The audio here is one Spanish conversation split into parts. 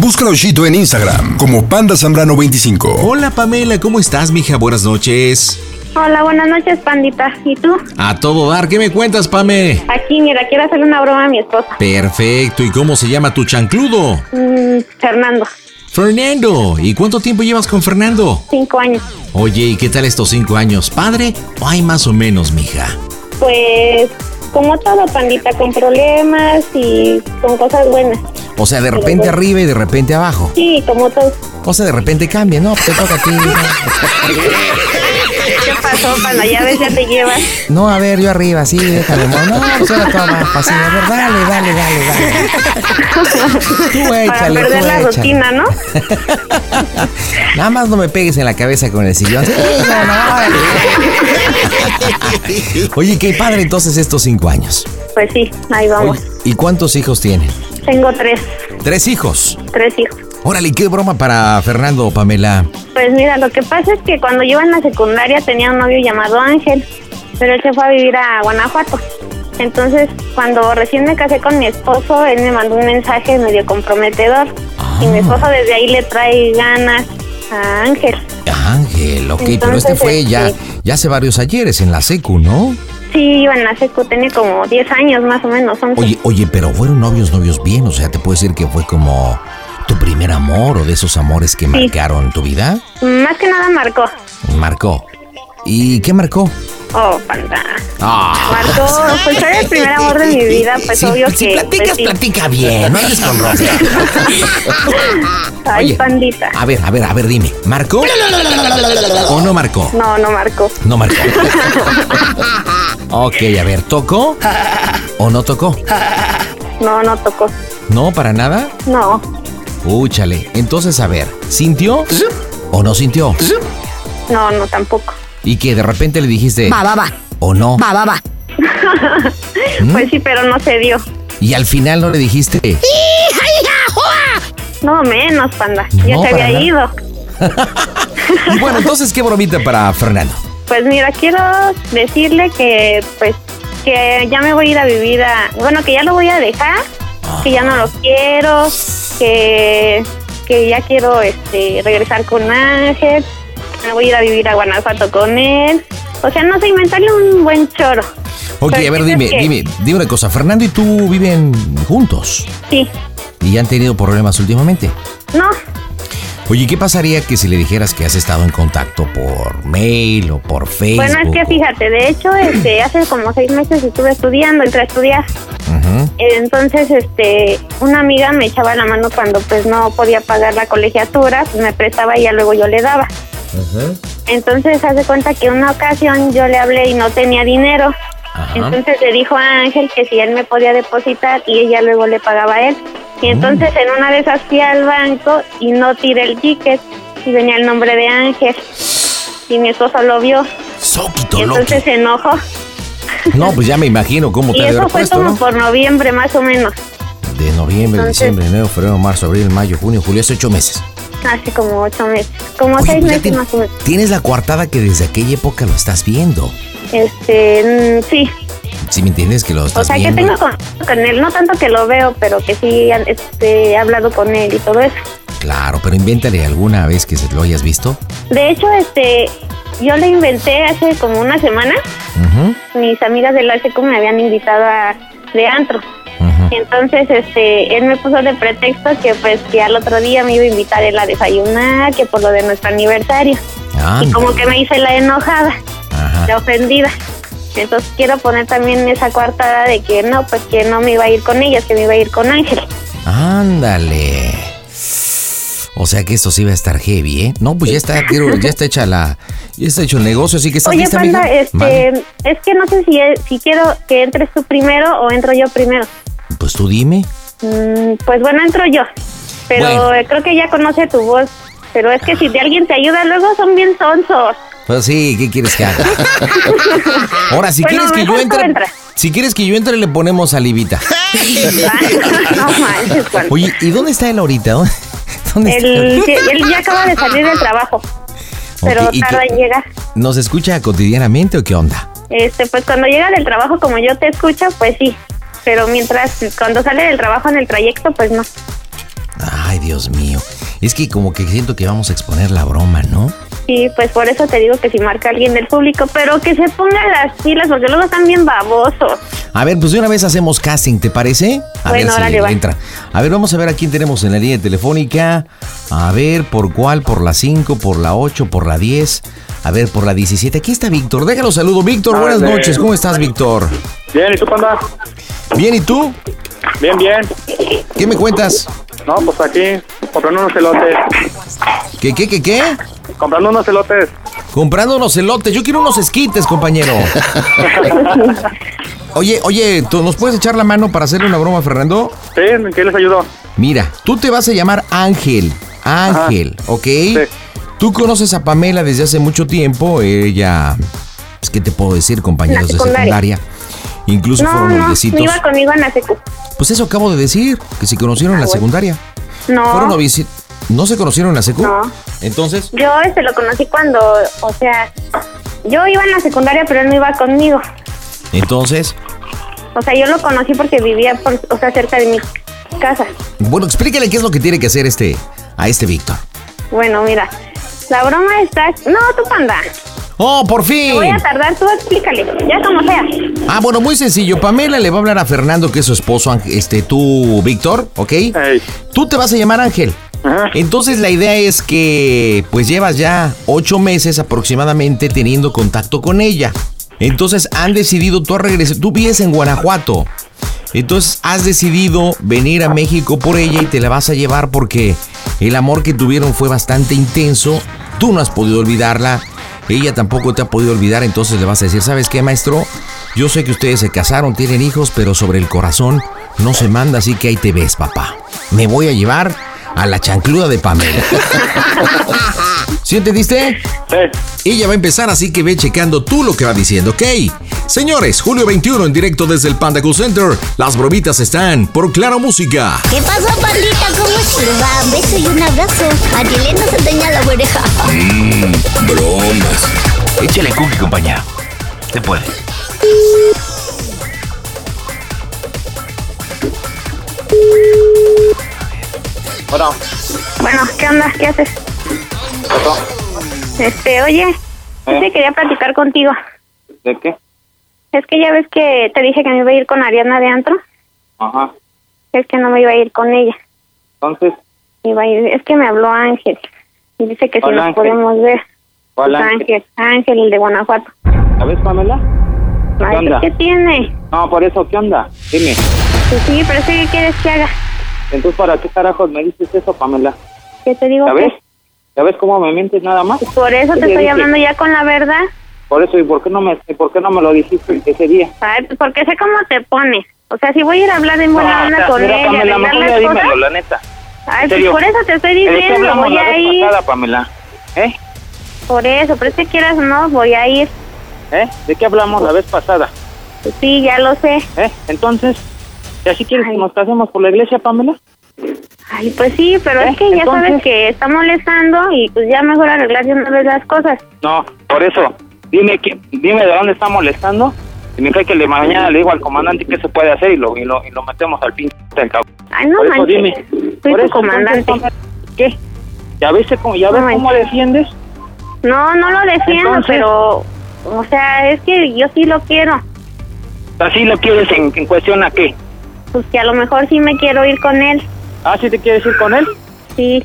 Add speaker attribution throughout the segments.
Speaker 1: Búscalo Shito en Instagram como Panda Zambrano 25.
Speaker 2: Hola Pamela, ¿cómo estás, mija? Buenas noches.
Speaker 3: Hola, buenas noches, pandita. ¿Y tú?
Speaker 2: A todo dar, ¿qué me cuentas, Pame?
Speaker 3: Aquí, mira, quiero hacerle una broma a mi esposa.
Speaker 2: Perfecto, ¿y cómo se llama tu chancludo?
Speaker 3: Mm, Fernando,
Speaker 2: Fernando, ¿y cuánto tiempo llevas con Fernando?
Speaker 3: cinco años.
Speaker 2: Oye, ¿y qué tal estos cinco años? ¿Padre o hay más o menos, mija?
Speaker 3: Pues, como todo, pandita, con problemas y con cosas buenas.
Speaker 4: O sea, de repente arriba y de repente abajo.
Speaker 3: Sí, como todo.
Speaker 4: O sea, de repente cambia, ¿no? Te toca a ti.
Speaker 3: ¿Qué pasó, panda? Ya ves, ya te llevas.
Speaker 4: No, a ver, yo arriba, sí, déjame. No, no, pues ahora tú abajo, así. A ver, dale, dale, dale, dale. Tú
Speaker 3: Para
Speaker 4: échale, tú
Speaker 3: perder la
Speaker 4: échale.
Speaker 3: rutina, ¿no?
Speaker 4: Nada más no me pegues en la cabeza con el sillón. Sí, no, no, órale. Oye, qué padre entonces estos cinco años.
Speaker 3: Pues sí, ahí vamos.
Speaker 4: Oye, ¿Y cuántos hijos tienen?
Speaker 3: Tengo tres,
Speaker 4: Tres hijos.
Speaker 3: tres hijos.
Speaker 4: Órale, qué broma para Fernando, Pamela.
Speaker 3: Pues mira, lo que pasa es que cuando yo iba en la secundaria tenía un novio llamado Ángel, pero él se fue a vivir a Guanajuato. Entonces, cuando recién me casé con mi esposo, él me mandó un mensaje medio comprometedor. Y mi esposo desde ahí le trae ganas a Ángel.
Speaker 4: Ángel, ok, pero este
Speaker 3: Entonces,
Speaker 4: fue ya,
Speaker 3: este-
Speaker 4: ya hace varios ayeres en la secu, ¿no?
Speaker 3: Sí, iba en la secu, tenía como 10 años más o menos, 11.
Speaker 4: Oye, oye, pero fueron novios, novios bien, o sea, te puedo decir que fue como tu primer amor o de esos amores que marcaron tu vida.
Speaker 3: Más que nada marcó.
Speaker 4: Marcó. ¿Y qué marcó?
Speaker 3: Oh, panda.
Speaker 4: Ah,
Speaker 3: Marcó, pues era el primer amor de mi vida, pues
Speaker 4: si,
Speaker 3: obvio
Speaker 4: si
Speaker 3: que...
Speaker 4: platicas,
Speaker 3: pues, sí.
Speaker 4: platica bien, no andes con rosca.
Speaker 3: Ay,
Speaker 4: Oye.
Speaker 3: pandita.
Speaker 4: A ver, a ver, a ver, dime, ¿marcó o no marcó?
Speaker 3: No, no marcó.
Speaker 4: No marcó. Ok, a ver, ¿tocó o no tocó?
Speaker 3: No, no tocó.
Speaker 4: No, para nada.
Speaker 3: No,
Speaker 4: Úchale. Entonces, a ver, ¿sintió o no sintió?
Speaker 3: no, no tampoco.
Speaker 4: Y que de repente le dijiste
Speaker 5: Va, va, va.
Speaker 4: o no.
Speaker 5: Va, va, va.
Speaker 3: Pues sí, pero no se dio.
Speaker 4: Y al final no le dijiste.
Speaker 3: No, menos, panda. ya
Speaker 4: No,
Speaker 3: se
Speaker 4: para
Speaker 3: había
Speaker 4: nada.
Speaker 3: ido.
Speaker 4: Y bueno, entonces qué bromita para Fernando.
Speaker 3: Pues mira, quiero decirle que, pues, que ya me voy a ir a vivir a... Bueno, que ya lo voy a dejar, que ya no lo quiero, que, que ya quiero este, regresar con Ángel, me voy a ir a vivir a Guanajuato con él. O sea, no sé, inventarle un buen choro.
Speaker 4: Ok,
Speaker 3: Pero
Speaker 4: a ver,
Speaker 3: ¿qué
Speaker 4: dime,
Speaker 3: crees que-
Speaker 4: dime, dime una cosa. Fernando y tú viven juntos
Speaker 3: Sí.
Speaker 4: y han tenido problemas últimamente.
Speaker 3: No,
Speaker 4: Oye, ¿qué pasaría que si le dijeras que has estado en contacto por mail o por Facebook?
Speaker 3: Bueno, es que fíjate, de hecho, este, hace como seis meses estuve estudiando, entré a estudiar.
Speaker 4: Ujú.
Speaker 3: Entonces, este, una amiga me echaba la mano cuando pues no podía pagar la colegiatura, pues, me prestaba y ya luego yo le daba. Entonces, hace cuenta que una ocasión yo le hablé y no tenía dinero.
Speaker 4: Ajá.
Speaker 3: Entonces le dijo a Ángel que si él me podía depositar y ella luego le pagaba a él. Y entonces
Speaker 4: Mm.
Speaker 3: en una de esas fui al banco y no tiré el ticket y venía el nombre de Ángel. Y mi esposo lo vio y
Speaker 4: Soquito, loco.
Speaker 3: entonces se enojó.
Speaker 4: No, pues ya me imagino cómo te
Speaker 3: Y
Speaker 4: ha de
Speaker 3: eso
Speaker 4: haber
Speaker 3: fue
Speaker 4: puesto,
Speaker 3: como
Speaker 4: ¿no?
Speaker 3: por noviembre más o menos,
Speaker 4: De noviembre,
Speaker 3: Entonces-
Speaker 4: diciembre, enero, febrero, marzo, abril, mayo, junio, julio, hace ocho meses.
Speaker 3: hace como ocho meses, como
Speaker 4: Oye,
Speaker 3: seis
Speaker 4: pues ya
Speaker 3: meses
Speaker 4: tien-
Speaker 3: más o menos.
Speaker 4: Tienes la coartada que desde aquella época lo estás viendo.
Speaker 3: Este, mm, sí,
Speaker 4: Si me entiendes que lo
Speaker 3: o
Speaker 4: estás
Speaker 3: sea que
Speaker 4: viendo.
Speaker 3: tengo con, con él, no tanto que lo veo, pero que sí este, he hablado con él y todo eso.
Speaker 4: Claro, pero invéntale alguna vez que se lo hayas visto.
Speaker 3: De hecho, este, yo le inventé hace como una semana,
Speaker 4: Ujú.
Speaker 3: mis amigas de la secu me habían invitado a de antro. Entonces, este, él me puso de pretexto que pues que al otro día me iba a invitar él a desayunar, que por lo de nuestro aniversario.
Speaker 4: Ah,
Speaker 3: Y como que me hice la enojada, la ofendida. Entonces quiero poner también esa coartada de que no, pues que no me iba a ir con ellos, que me iba a ir con Ángel.
Speaker 4: Ándale. O sea que esto sí va a estar heavy, ¿eh? No, pues ya está, quiero- ya está hecha la, ya está hecho el negocio, así que está
Speaker 3: Oye,
Speaker 4: lista,
Speaker 3: Panda,
Speaker 4: mija?
Speaker 3: este,
Speaker 4: Vale,
Speaker 3: es que no sé si, si quiero que entres tú primero o entro yo primero.
Speaker 4: pues tú dime.
Speaker 3: Mm, pues bueno, entro yo. Pero
Speaker 4: Bueno.
Speaker 3: eh, creo que ya conoce tu voz. Pero es que si de alguien te ayuda, luego son bien sonsos.
Speaker 4: Pues sí, ¿qué quieres que haga? Ahora, si
Speaker 3: Bueno,
Speaker 4: quieres que yo
Speaker 3: mejor tú
Speaker 4: entre,
Speaker 3: entra.
Speaker 4: si quieres que yo entre, le ponemos salivita.
Speaker 3: no manches, Juan.
Speaker 4: Oye, ¿y dónde está él ahorita? ¿Dónde- ¿Dónde está
Speaker 3: Él, sí, él ya acaba de salir del trabajo, pero
Speaker 4: este- Ok, ¿y
Speaker 3: tarda
Speaker 4: qué-
Speaker 3: en llegar.
Speaker 4: ¿Nos escucha cotidianamente o qué onda?
Speaker 3: Este, pues cuando llega del trabajo, como yo te escucho, pues sí. Pero mientras, cuando sale del trabajo en el trayecto, pues no.
Speaker 4: Ay, Dios mío. Es que como que siento que vamos a exponer la broma, ¿no?
Speaker 3: Sí, pues por eso te digo que si marca alguien del público, pero que se ponga las pilas, porque luego están bien babosos.
Speaker 4: A ver, pues de una vez hacemos casting, ¿te parece? A
Speaker 3: Bueno,
Speaker 4: ver si
Speaker 3: órale, va.
Speaker 4: entra. A ver, vamos a ver a quién tenemos en la línea telefónica. A ver, ¿por cuál? ¿Por la 5? ¿Por la 8? ¿Por la 10? A ver, por la 17. Aquí está Víctor. Déjalo saludo. Víctor, buenas
Speaker 5: Órale.
Speaker 4: noches. ¿Cómo estás, Víctor?
Speaker 5: Bien, ¿y tú, panda?
Speaker 4: Bien, ¿y tú?
Speaker 5: Bien, bien.
Speaker 4: ¿Qué me cuentas?
Speaker 5: No, pues aquí, comprando unos elotes.
Speaker 4: ¿Qué, qué, qué, qué?
Speaker 5: Comprando unos elotes.
Speaker 4: Comprando unos elotes. Yo quiero unos esquites, compañero. oye, oye, ¿tú ¿nos puedes echar la mano para hacerle una broma, a Fernando?
Speaker 5: Sí, ¿en qué les ayudo?
Speaker 4: Mira, tú te vas a llamar Ángel. Ángel, ¿ok? Tú conoces a Pamela desde hace mucho tiempo. Ella, pues, ¿qué te puedo decir? Compañeros
Speaker 3: La
Speaker 4: de
Speaker 3: secundaria.
Speaker 4: secundaria. Incluso
Speaker 3: No,
Speaker 4: fueron
Speaker 3: no,
Speaker 4: noviecitos.
Speaker 3: iba conmigo en la secu.
Speaker 4: Pues eso acabo de decir, que se conocieron en la secundaria. Fueron
Speaker 3: Ah, No,
Speaker 4: noviecitos. ¿No se conocieron en la secu?
Speaker 3: No.
Speaker 4: Entonces,
Speaker 3: yo este lo conocí cuando, o sea, yo iba en la secundaria, pero él no iba conmigo.
Speaker 4: entonces,
Speaker 3: O sea, yo lo conocí porque vivía, por, o sea, cerca de mi casa.
Speaker 4: bueno, explícale qué es lo que tiene que hacer este a este Víctor.
Speaker 3: Bueno, mira, la broma está... No, tú panda,
Speaker 4: ¡Oh, por fin!
Speaker 3: voy a tardar, tú explícale, ya como sea.
Speaker 4: Ah, bueno, muy sencillo. Pamela le va a hablar a Fernando, que es su esposo, Ángel- este, tú, Víctor, ¿ok?
Speaker 5: Ey.
Speaker 4: Tú te vas a llamar Ángel.
Speaker 5: Ajá.
Speaker 4: Entonces la idea es que pues llevas ya ocho meses aproximadamente teniendo contacto con ella. Entonces han decidido tú regresar, tú vives en Guanajuato. Entonces has decidido venir a México por ella y te la vas a llevar porque el amor que tuvieron fue bastante intenso. Tú no has podido olvidarla. Ella tampoco te ha podido olvidar, entonces le vas a decir, ¿sabes qué, maestro? Yo sé que ustedes se casaron, tienen hijos, pero sobre el corazón no se manda, así que ahí te ves, papá. Me voy a llevar a la chancluda de Pamela. ¿Sí entendiste?
Speaker 5: Ey.
Speaker 4: Ella va a empezar, así que ve checando tú lo que va diciendo, ¿ok? Señores, julio 21 en directo desde el Panda Cool Center. Las bromitas están por Claro Música.
Speaker 6: ¿Qué pasó, pandita? ¿Cómo les va? Un beso y un abrazo. A ti linda se teña la oreja.
Speaker 2: Échale cookie, compañero. Te puede.
Speaker 5: Bueno,
Speaker 3: Bueno, ¿qué onda? ¿Qué haces?
Speaker 5: ¿qué pasó?
Speaker 3: Este, oye, yo
Speaker 5: ¿Eh?
Speaker 3: te quería platicar contigo.
Speaker 5: ¿De qué?
Speaker 3: Es que ya ves que te dije que me iba a ir con Ariana de antro.
Speaker 5: Ajá.
Speaker 3: Es que no me iba a ir con ella.
Speaker 5: Entonces,
Speaker 3: Iba a ir. Es que me habló Ángel. Y dice que si
Speaker 5: ¿Cuál
Speaker 3: nos
Speaker 5: Ángel?
Speaker 3: podemos ver.
Speaker 5: ¿cuál
Speaker 3: Pues
Speaker 5: Ángel?
Speaker 3: Ángel, Ángel, el de Guanajuato.
Speaker 5: ¿La ves, Pamela?
Speaker 3: Ay,
Speaker 5: onda?
Speaker 3: ¿Qué tiene?
Speaker 5: No, por eso, ¿qué onda? Dime.
Speaker 3: Pues sí, pero es que ¿qué quieres que haga?
Speaker 5: Entonces, ¿para qué carajos me dices eso, Pamela?
Speaker 3: Que te digo
Speaker 5: ¿Ya ves?
Speaker 3: que...
Speaker 5: ¿Ya ves cómo me mientes nada más?
Speaker 3: Por eso
Speaker 5: ¿Qué
Speaker 3: te
Speaker 5: le
Speaker 3: estoy
Speaker 5: dije?
Speaker 3: hablando ya con la verdad.
Speaker 5: Por eso, ¿y por qué no me, y por qué no me lo dijiste ese día?
Speaker 3: Ay, pues porque sé cómo te pones. O sea, si voy a ir a hablar en buena
Speaker 5: No, o
Speaker 3: onda
Speaker 5: sea,
Speaker 3: con
Speaker 5: mira,
Speaker 3: ella,
Speaker 5: Ah, Pamela,
Speaker 3: arreglar
Speaker 5: mejor
Speaker 3: las
Speaker 5: ya dímelo,
Speaker 3: cosas.
Speaker 5: la neta.
Speaker 3: Ay,
Speaker 5: En
Speaker 3: pues
Speaker 5: serio.
Speaker 3: por eso te estoy
Speaker 5: ¿De qué
Speaker 3: diciendo,
Speaker 5: hablamos
Speaker 3: voy
Speaker 5: la
Speaker 3: a
Speaker 5: vez
Speaker 3: ir.
Speaker 5: pasada, Pamela? ¿Eh?
Speaker 3: Por eso, pero es que quieras o no, voy a ir.
Speaker 5: ¿Eh? ¿De qué hablamos la vez pasada?
Speaker 3: Pues sí, ya lo sé.
Speaker 5: ¿Eh? Entonces, ¿y así quieres
Speaker 3: Ay.
Speaker 5: que nos casemos por la iglesia, Pamela?
Speaker 3: Ay, pues sí, pero
Speaker 5: ¿Eh?
Speaker 3: es que ya
Speaker 5: Entonces-
Speaker 3: sabes que está molestando y pues ya mejor arreglar de una vez las cosas.
Speaker 5: No, por eso. Dime que, dime de dónde está molestando. Y me cae que le mañana le digo al comandante qué se puede hacer y lo, y lo, y lo metemos al pinche del cabo.
Speaker 3: Ay, no
Speaker 5: por eso dime.
Speaker 3: manches. Soy
Speaker 5: por
Speaker 3: tu
Speaker 5: eso,
Speaker 3: comandante.
Speaker 5: entonces, Pamela, ¿Qué? ¿Ya ves cómo, ya ves
Speaker 3: No
Speaker 5: cómo defiendes?
Speaker 3: No, no lo defiendo,
Speaker 5: Entonces-
Speaker 3: pero. O sea, es que yo sí lo quiero.
Speaker 5: Así lo quieres en, en cuestión a qué.
Speaker 3: pues que a lo mejor sí me quiero ir con él.
Speaker 5: Ah, ¿sí te quieres ir con él?
Speaker 3: Sí.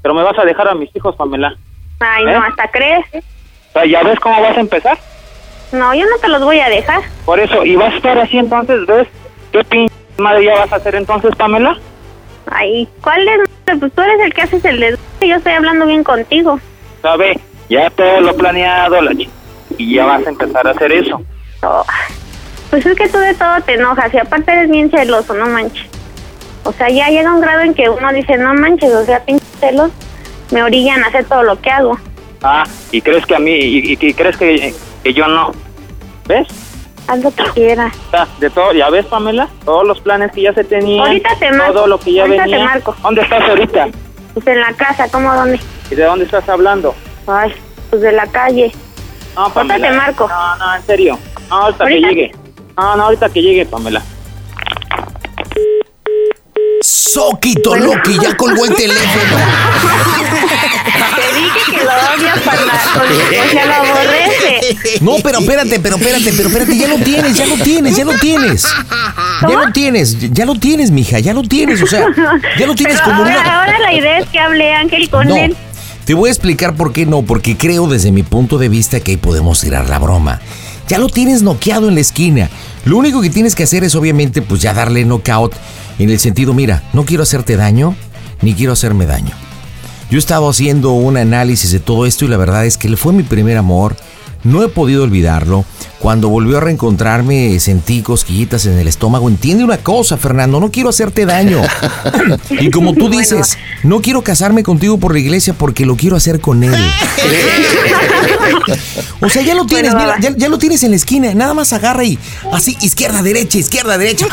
Speaker 5: Pero me vas a dejar a mis hijos, Pamela.
Speaker 3: Ay,
Speaker 5: ¿Eh?
Speaker 3: no, hasta crees.
Speaker 5: O sea, ¿ya ves cómo vas a empezar?
Speaker 3: No, yo no te los voy a dejar.
Speaker 5: Por eso, ¿y vas a estar así entonces? ¿Ves? ¿Qué pinche madre ya vas a hacer entonces, Pamela?
Speaker 3: Ay, ¿cuál es? Pues tú eres el que haces el desmadre. Yo estoy hablando bien contigo.
Speaker 5: ¿Sabe? Ya todo lo planeado, la chi- Y ya vas a empezar a hacer eso.
Speaker 3: Oh, Pues es que tú de todo te enojas y aparte eres bien celoso, no manches. O sea, ya llega un grado en que uno dice, no manches, o sea, pinches celos me orillan a hacer todo lo que hago.
Speaker 5: Ah, ¿y crees que a mí, y, y- y crees que, que yo no? ¿Ves?
Speaker 3: Haz lo que quieras.
Speaker 5: O sea, de todo, ¿ya ves, Pamela? Todos los planes que ya se tenían.
Speaker 3: Ahorita te marco,
Speaker 5: Todo lo que ya
Speaker 3: ahorita
Speaker 5: venía.
Speaker 3: te marco.
Speaker 5: ¿Dónde estás ahorita?
Speaker 3: Pues en la casa, ¿cómo dónde?
Speaker 5: ¿Y de dónde estás hablando?
Speaker 3: Ay, pues de la calle.
Speaker 5: No,
Speaker 3: Ahorita te marco.
Speaker 5: No, no, en serio. No, ahorita,
Speaker 3: Ahorita.
Speaker 5: que llegue. No, no, ahorita que llegue, Pamela.
Speaker 2: Soquito Loki, ya colgó el teléfono.
Speaker 3: Te dije que lo odias para... O sea, lo aborrece.
Speaker 4: No, pero espérate, pero espérate, pero espérate, ya lo tienes, ya lo tienes, ya lo tienes. Ya lo tienes, ya lo tienes, mija, ya lo tienes, o sea, ya lo tienes
Speaker 3: Pero
Speaker 4: como
Speaker 3: ahora,
Speaker 4: una...
Speaker 3: ahora la idea es que hable Ángel con
Speaker 4: No,
Speaker 3: él.
Speaker 4: te voy a explicar por qué no, porque creo desde mi punto de vista que ahí podemos tirar la broma. Ya lo tienes noqueado en la esquina. Lo único que tienes que hacer es obviamente pues ya darle knockout en el sentido, mira, no quiero hacerte daño, ni quiero hacerme daño. Yo he estado haciendo un análisis de todo esto y la verdad es que él fue mi primer amor. No he podido olvidarlo. Cuando volvió a reencontrarme sentí cosquillitas en el estómago. Entiende una cosa, Fernando, no quiero hacerte daño. y como tú dices, no quiero casarme contigo por la iglesia porque lo quiero hacer con él. o sea, ya lo tienes,
Speaker 3: Bueno, va,
Speaker 4: mira, ya, ya lo tienes en la esquina. Nada más agarra y así, izquierda, derecha, izquierda, derecha.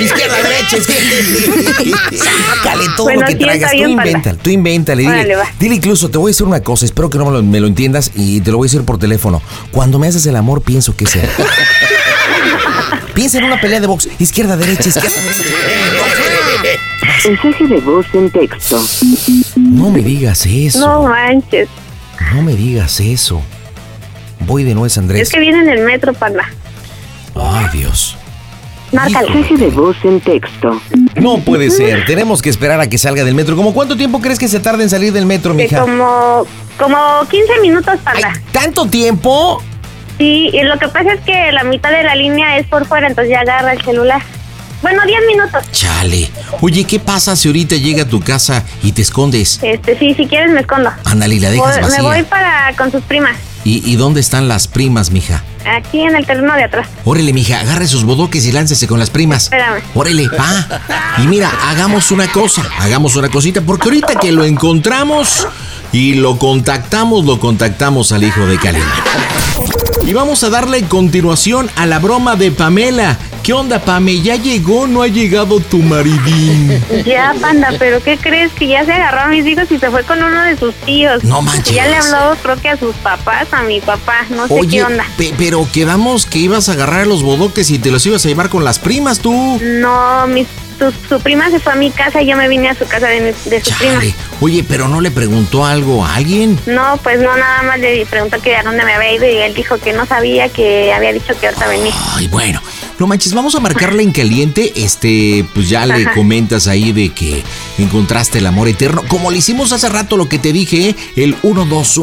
Speaker 4: izquierda, derecha, izquierda. Sácale todo
Speaker 3: Bueno,
Speaker 4: lo que
Speaker 3: sí, está
Speaker 4: traigas. Tú
Speaker 3: bien, pala.
Speaker 4: inventa tú invéntale, dile,
Speaker 3: Órale, va.
Speaker 4: dile incluso, te voy a decir una cosa, espero que no me lo, me lo entiendas y te lo voy a decir por teléfono. Cuando me haces el amor, pienso que sea. Piensa en una pelea de box, izquierda, derecha, izquierda, derecha.
Speaker 7: Mensaje de voz en texto.
Speaker 4: No me digas eso,
Speaker 3: No manches.
Speaker 4: no me digas eso. Voy de nuez, Andrés.
Speaker 3: Es que viene en el metro, panda.
Speaker 4: Ay, Dios.
Speaker 3: Márcale.
Speaker 7: Mensaje de voz en texto.
Speaker 4: No puede ser, tenemos que esperar a que salga del metro. ¿Cómo cuánto tiempo crees que se tarda en salir del metro,
Speaker 3: Que
Speaker 4: mija?
Speaker 3: como, como 15 minutos,
Speaker 4: Ay,
Speaker 3: panda.
Speaker 4: ¿Tanto tiempo?
Speaker 3: Sí, y lo que pasa es que la mitad de la línea es por fuera, entonces ya agarra el celular. Bueno, 10 minutos.
Speaker 2: Chale. Oye, ¿qué pasa si ahorita llega a tu casa y te escondes?
Speaker 3: Este, sí, si quieres me escondo.
Speaker 2: Ándale, y la dejas
Speaker 3: Voy- me voy
Speaker 2: vacía.
Speaker 3: para con sus primas,
Speaker 2: ¿Y, y dónde están las primas, mija?
Speaker 3: aquí en el terreno de atrás.
Speaker 2: Órale, mija, agarre sus bodoques y láncese con las primas.
Speaker 3: Espérame.
Speaker 2: Órale, va. Y mira, hagamos una cosa, hagamos una cosita, porque ahorita que lo encontramos y lo contactamos, lo contactamos al hijo de Karina. Y vamos a darle continuación a la broma de Pamela. ¿Qué onda, Pame? ¿Ya llegó no ha llegado tu maridín?
Speaker 3: Ya, panda, pero ¿qué crees? Que ya se agarró a mis hijos y se fue con uno de sus tíos.
Speaker 2: No manches.
Speaker 3: Ya le habló, creo que a sus papás, a mi papá, no sé
Speaker 2: Oye,
Speaker 3: qué onda.
Speaker 2: pe- pero quedamos que ibas a agarrar los bodoques y te los ibas a llevar con las primas, tú.
Speaker 3: No, mi, su, su prima se fue a mi casa y yo me vine a su casa de, mi- de su prima.
Speaker 2: Chale. Oye, pero no le preguntó algo a alguien.
Speaker 3: No, pues no, nada más le preguntó que a dónde me había ido y él dijo que no sabía, que había dicho que ahorita venía.
Speaker 2: Ay, bueno. No manches, vamos a marcarle en caliente. Este, pues ya le comentas ahí de que encontraste el amor eterno. Como le hicimos hace rato lo que te dije, ¿eh? el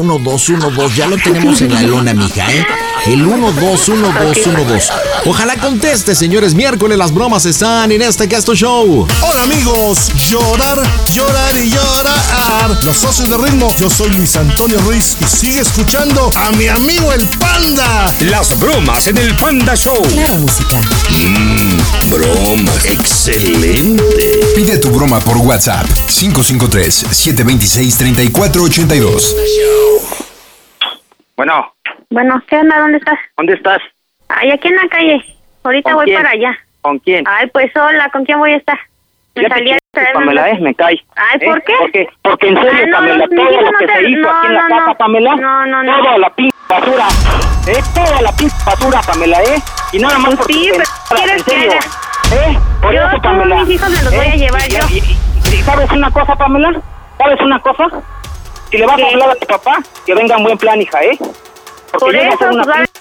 Speaker 2: 1-2-1-2-1-2. Ya lo tenemos en la lona, mija, ¿eh? El 1-2-1-2-1-2. Ojalá conteste, señores. Miércoles las bromas están en este Casto Show.
Speaker 8: Hola amigos, llorar, llorar y llorar. Los socios de ritmo, yo soy Luis Antonio Ruiz y sigue escuchando a mi amigo el panda.
Speaker 9: Las bromas en el Panda Show.
Speaker 7: Claro, música.
Speaker 9: Broma, excelente.
Speaker 1: Pide tu broma por WhatsApp 553-726-3482.
Speaker 5: Bueno,
Speaker 3: Bueno, ¿qué onda? ¿Dónde estás?
Speaker 5: ¿dónde estás?
Speaker 3: Ay, aquí en la calle. Ahorita
Speaker 5: ¿Con
Speaker 3: voy
Speaker 5: quién?
Speaker 3: para allá.
Speaker 5: ¿Con quién?
Speaker 3: Ay, pues hola, ¿con quién voy a estar? Me
Speaker 5: Ya te
Speaker 3: salí a
Speaker 5: chingaste,
Speaker 3: traer
Speaker 5: Pamela,
Speaker 3: unos-
Speaker 5: eh, me cae.
Speaker 3: Ay,
Speaker 5: ¿Eh?
Speaker 3: ¿por qué?
Speaker 5: Porque, porque en serio,
Speaker 3: Ay, no,
Speaker 5: Pamela,
Speaker 3: mi
Speaker 5: todo
Speaker 3: hijo
Speaker 5: lo
Speaker 3: no
Speaker 5: que
Speaker 3: te-
Speaker 5: se hizo
Speaker 3: no,
Speaker 5: aquí en la
Speaker 3: no,
Speaker 5: casa,
Speaker 3: no.
Speaker 5: Pamela,
Speaker 3: No, no, no.
Speaker 5: toda la pinche basura, ¿eh? Toda la pinche basura, Pamela, ¿eh? Y nada más
Speaker 3: Pues
Speaker 5: porque
Speaker 3: sí, pero
Speaker 5: te-
Speaker 3: ¿quieres
Speaker 5: en serio, ¿eh? Por
Speaker 3: Yo
Speaker 5: eso,
Speaker 3: con
Speaker 5: Pamela. ¿eh?
Speaker 3: mis hijos me los voy a llevar
Speaker 5: Y-
Speaker 3: yo.
Speaker 5: y- y- y ¿Sabes una cosa, Pamela? ¿Sabes una cosa? Si le vas
Speaker 3: ¿Qué?
Speaker 5: a hablar a tu papá, que venga en buen plan, hija, ¿eh? Porque
Speaker 3: Por
Speaker 5: yo no
Speaker 3: eso,
Speaker 5: soy una
Speaker 3: pues, va a
Speaker 5: pinche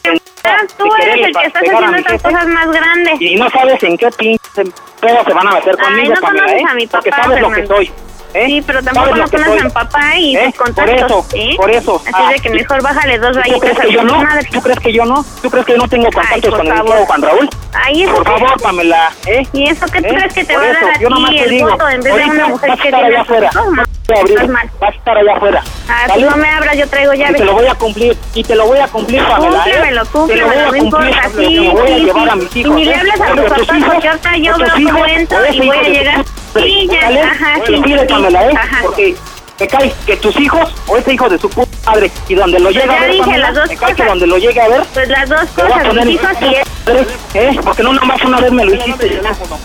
Speaker 3: Ah, tú
Speaker 5: de
Speaker 3: eres
Speaker 5: quererle
Speaker 3: el que estás
Speaker 5: pegar
Speaker 3: haciendo
Speaker 5: a mi
Speaker 3: estas
Speaker 5: jefe.
Speaker 3: cosas más grandes.
Speaker 5: Y no sabes en qué pinche pedo se van a meter
Speaker 3: Ay,
Speaker 5: conmigo,
Speaker 3: no
Speaker 5: Pamela,
Speaker 3: conoces
Speaker 5: ¿eh?
Speaker 3: a mi
Speaker 5: Porque
Speaker 3: papá,
Speaker 5: sabes lo que
Speaker 3: Fernando.
Speaker 5: soy. ¿eh?
Speaker 3: Sí, pero tampoco
Speaker 5: Sabes lo
Speaker 3: lo
Speaker 5: que
Speaker 3: conoces a
Speaker 5: soy.
Speaker 3: mi papá y
Speaker 5: ¿Eh?
Speaker 3: sus contactos.
Speaker 5: Por eso,
Speaker 3: ¿eh?
Speaker 5: por eso.
Speaker 3: Así
Speaker 5: Ah,
Speaker 3: es de que
Speaker 5: ¿tú-
Speaker 3: mejor bájale dos
Speaker 5: ¿Tú
Speaker 3: rayitas
Speaker 5: crees
Speaker 3: a
Speaker 5: que yo
Speaker 3: tu
Speaker 5: no?
Speaker 3: madre.
Speaker 5: ¿Tú crees que yo no? ¿Tú crees que yo no tengo contactos
Speaker 3: por
Speaker 5: con el
Speaker 3: favor.
Speaker 5: o Juan Raúl?
Speaker 3: Ahí es
Speaker 5: Por
Speaker 3: que-
Speaker 5: favor, Pamela, ¿eh?
Speaker 3: ¿Y eso qué tú
Speaker 5: ¿Eh?
Speaker 3: crees que te
Speaker 5: Por
Speaker 3: va a
Speaker 5: eso,
Speaker 3: dar a
Speaker 5: yo nomás
Speaker 3: ti
Speaker 5: te
Speaker 3: el
Speaker 5: digo,
Speaker 3: voto en vez de
Speaker 5: ahorita
Speaker 3: una mujer
Speaker 5: vas a
Speaker 3: que
Speaker 5: estar
Speaker 3: tiene
Speaker 5: allá
Speaker 3: a
Speaker 5: afuera.
Speaker 3: No, ma,
Speaker 5: Te abrí,
Speaker 3: estás mal.
Speaker 5: Vas a estar allá afuera.
Speaker 3: Ah, si
Speaker 5: ¿sale?
Speaker 3: no me abras, yo traigo
Speaker 5: Y
Speaker 3: llave.
Speaker 5: te lo voy a cumplir, y te lo voy a cumplir, Pamela. ¿eh?
Speaker 3: Cúmplemelo, cúmplemelo, no
Speaker 5: Te lo voy a cumplir,
Speaker 3: importa,
Speaker 5: Pamela,
Speaker 3: sí,
Speaker 5: te lo voy a
Speaker 3: sí,
Speaker 5: llevar
Speaker 3: sí.
Speaker 5: a mis
Speaker 3: Y
Speaker 5: hijos.
Speaker 3: ni
Speaker 5: ¿eh?
Speaker 3: le hables a
Speaker 5: Porque
Speaker 3: tus
Speaker 5: tus
Speaker 3: papás,
Speaker 5: hijos,
Speaker 3: porque ahorita yo veo
Speaker 5: tus
Speaker 3: cómo
Speaker 5: hijos,
Speaker 3: entro
Speaker 5: por
Speaker 3: y
Speaker 5: eso,
Speaker 3: voy a
Speaker 5: hijo de
Speaker 3: llegar.
Speaker 5: tu-
Speaker 3: Sí, ya,
Speaker 5: ¿Sale?
Speaker 3: ajá,
Speaker 5: Bueno,
Speaker 3: sí,
Speaker 5: pide,
Speaker 3: sí,
Speaker 5: Pamela, ¿eh?
Speaker 3: ajá.
Speaker 5: Porque me cae que tus hijos o ese hijo de su puta madre, y donde lo
Speaker 3: Pues
Speaker 5: llegue a
Speaker 3: ya
Speaker 5: ver,
Speaker 3: dije
Speaker 5: Pamela,
Speaker 3: las dos
Speaker 5: me cae que
Speaker 3: cosas.
Speaker 5: donde lo llegue a ver,
Speaker 3: Pues las dos
Speaker 5: te voy a
Speaker 3: cosas,
Speaker 5: poner
Speaker 3: mis hijos y
Speaker 5: ¿Eh? Porque no nomás una vez me lo hiciste,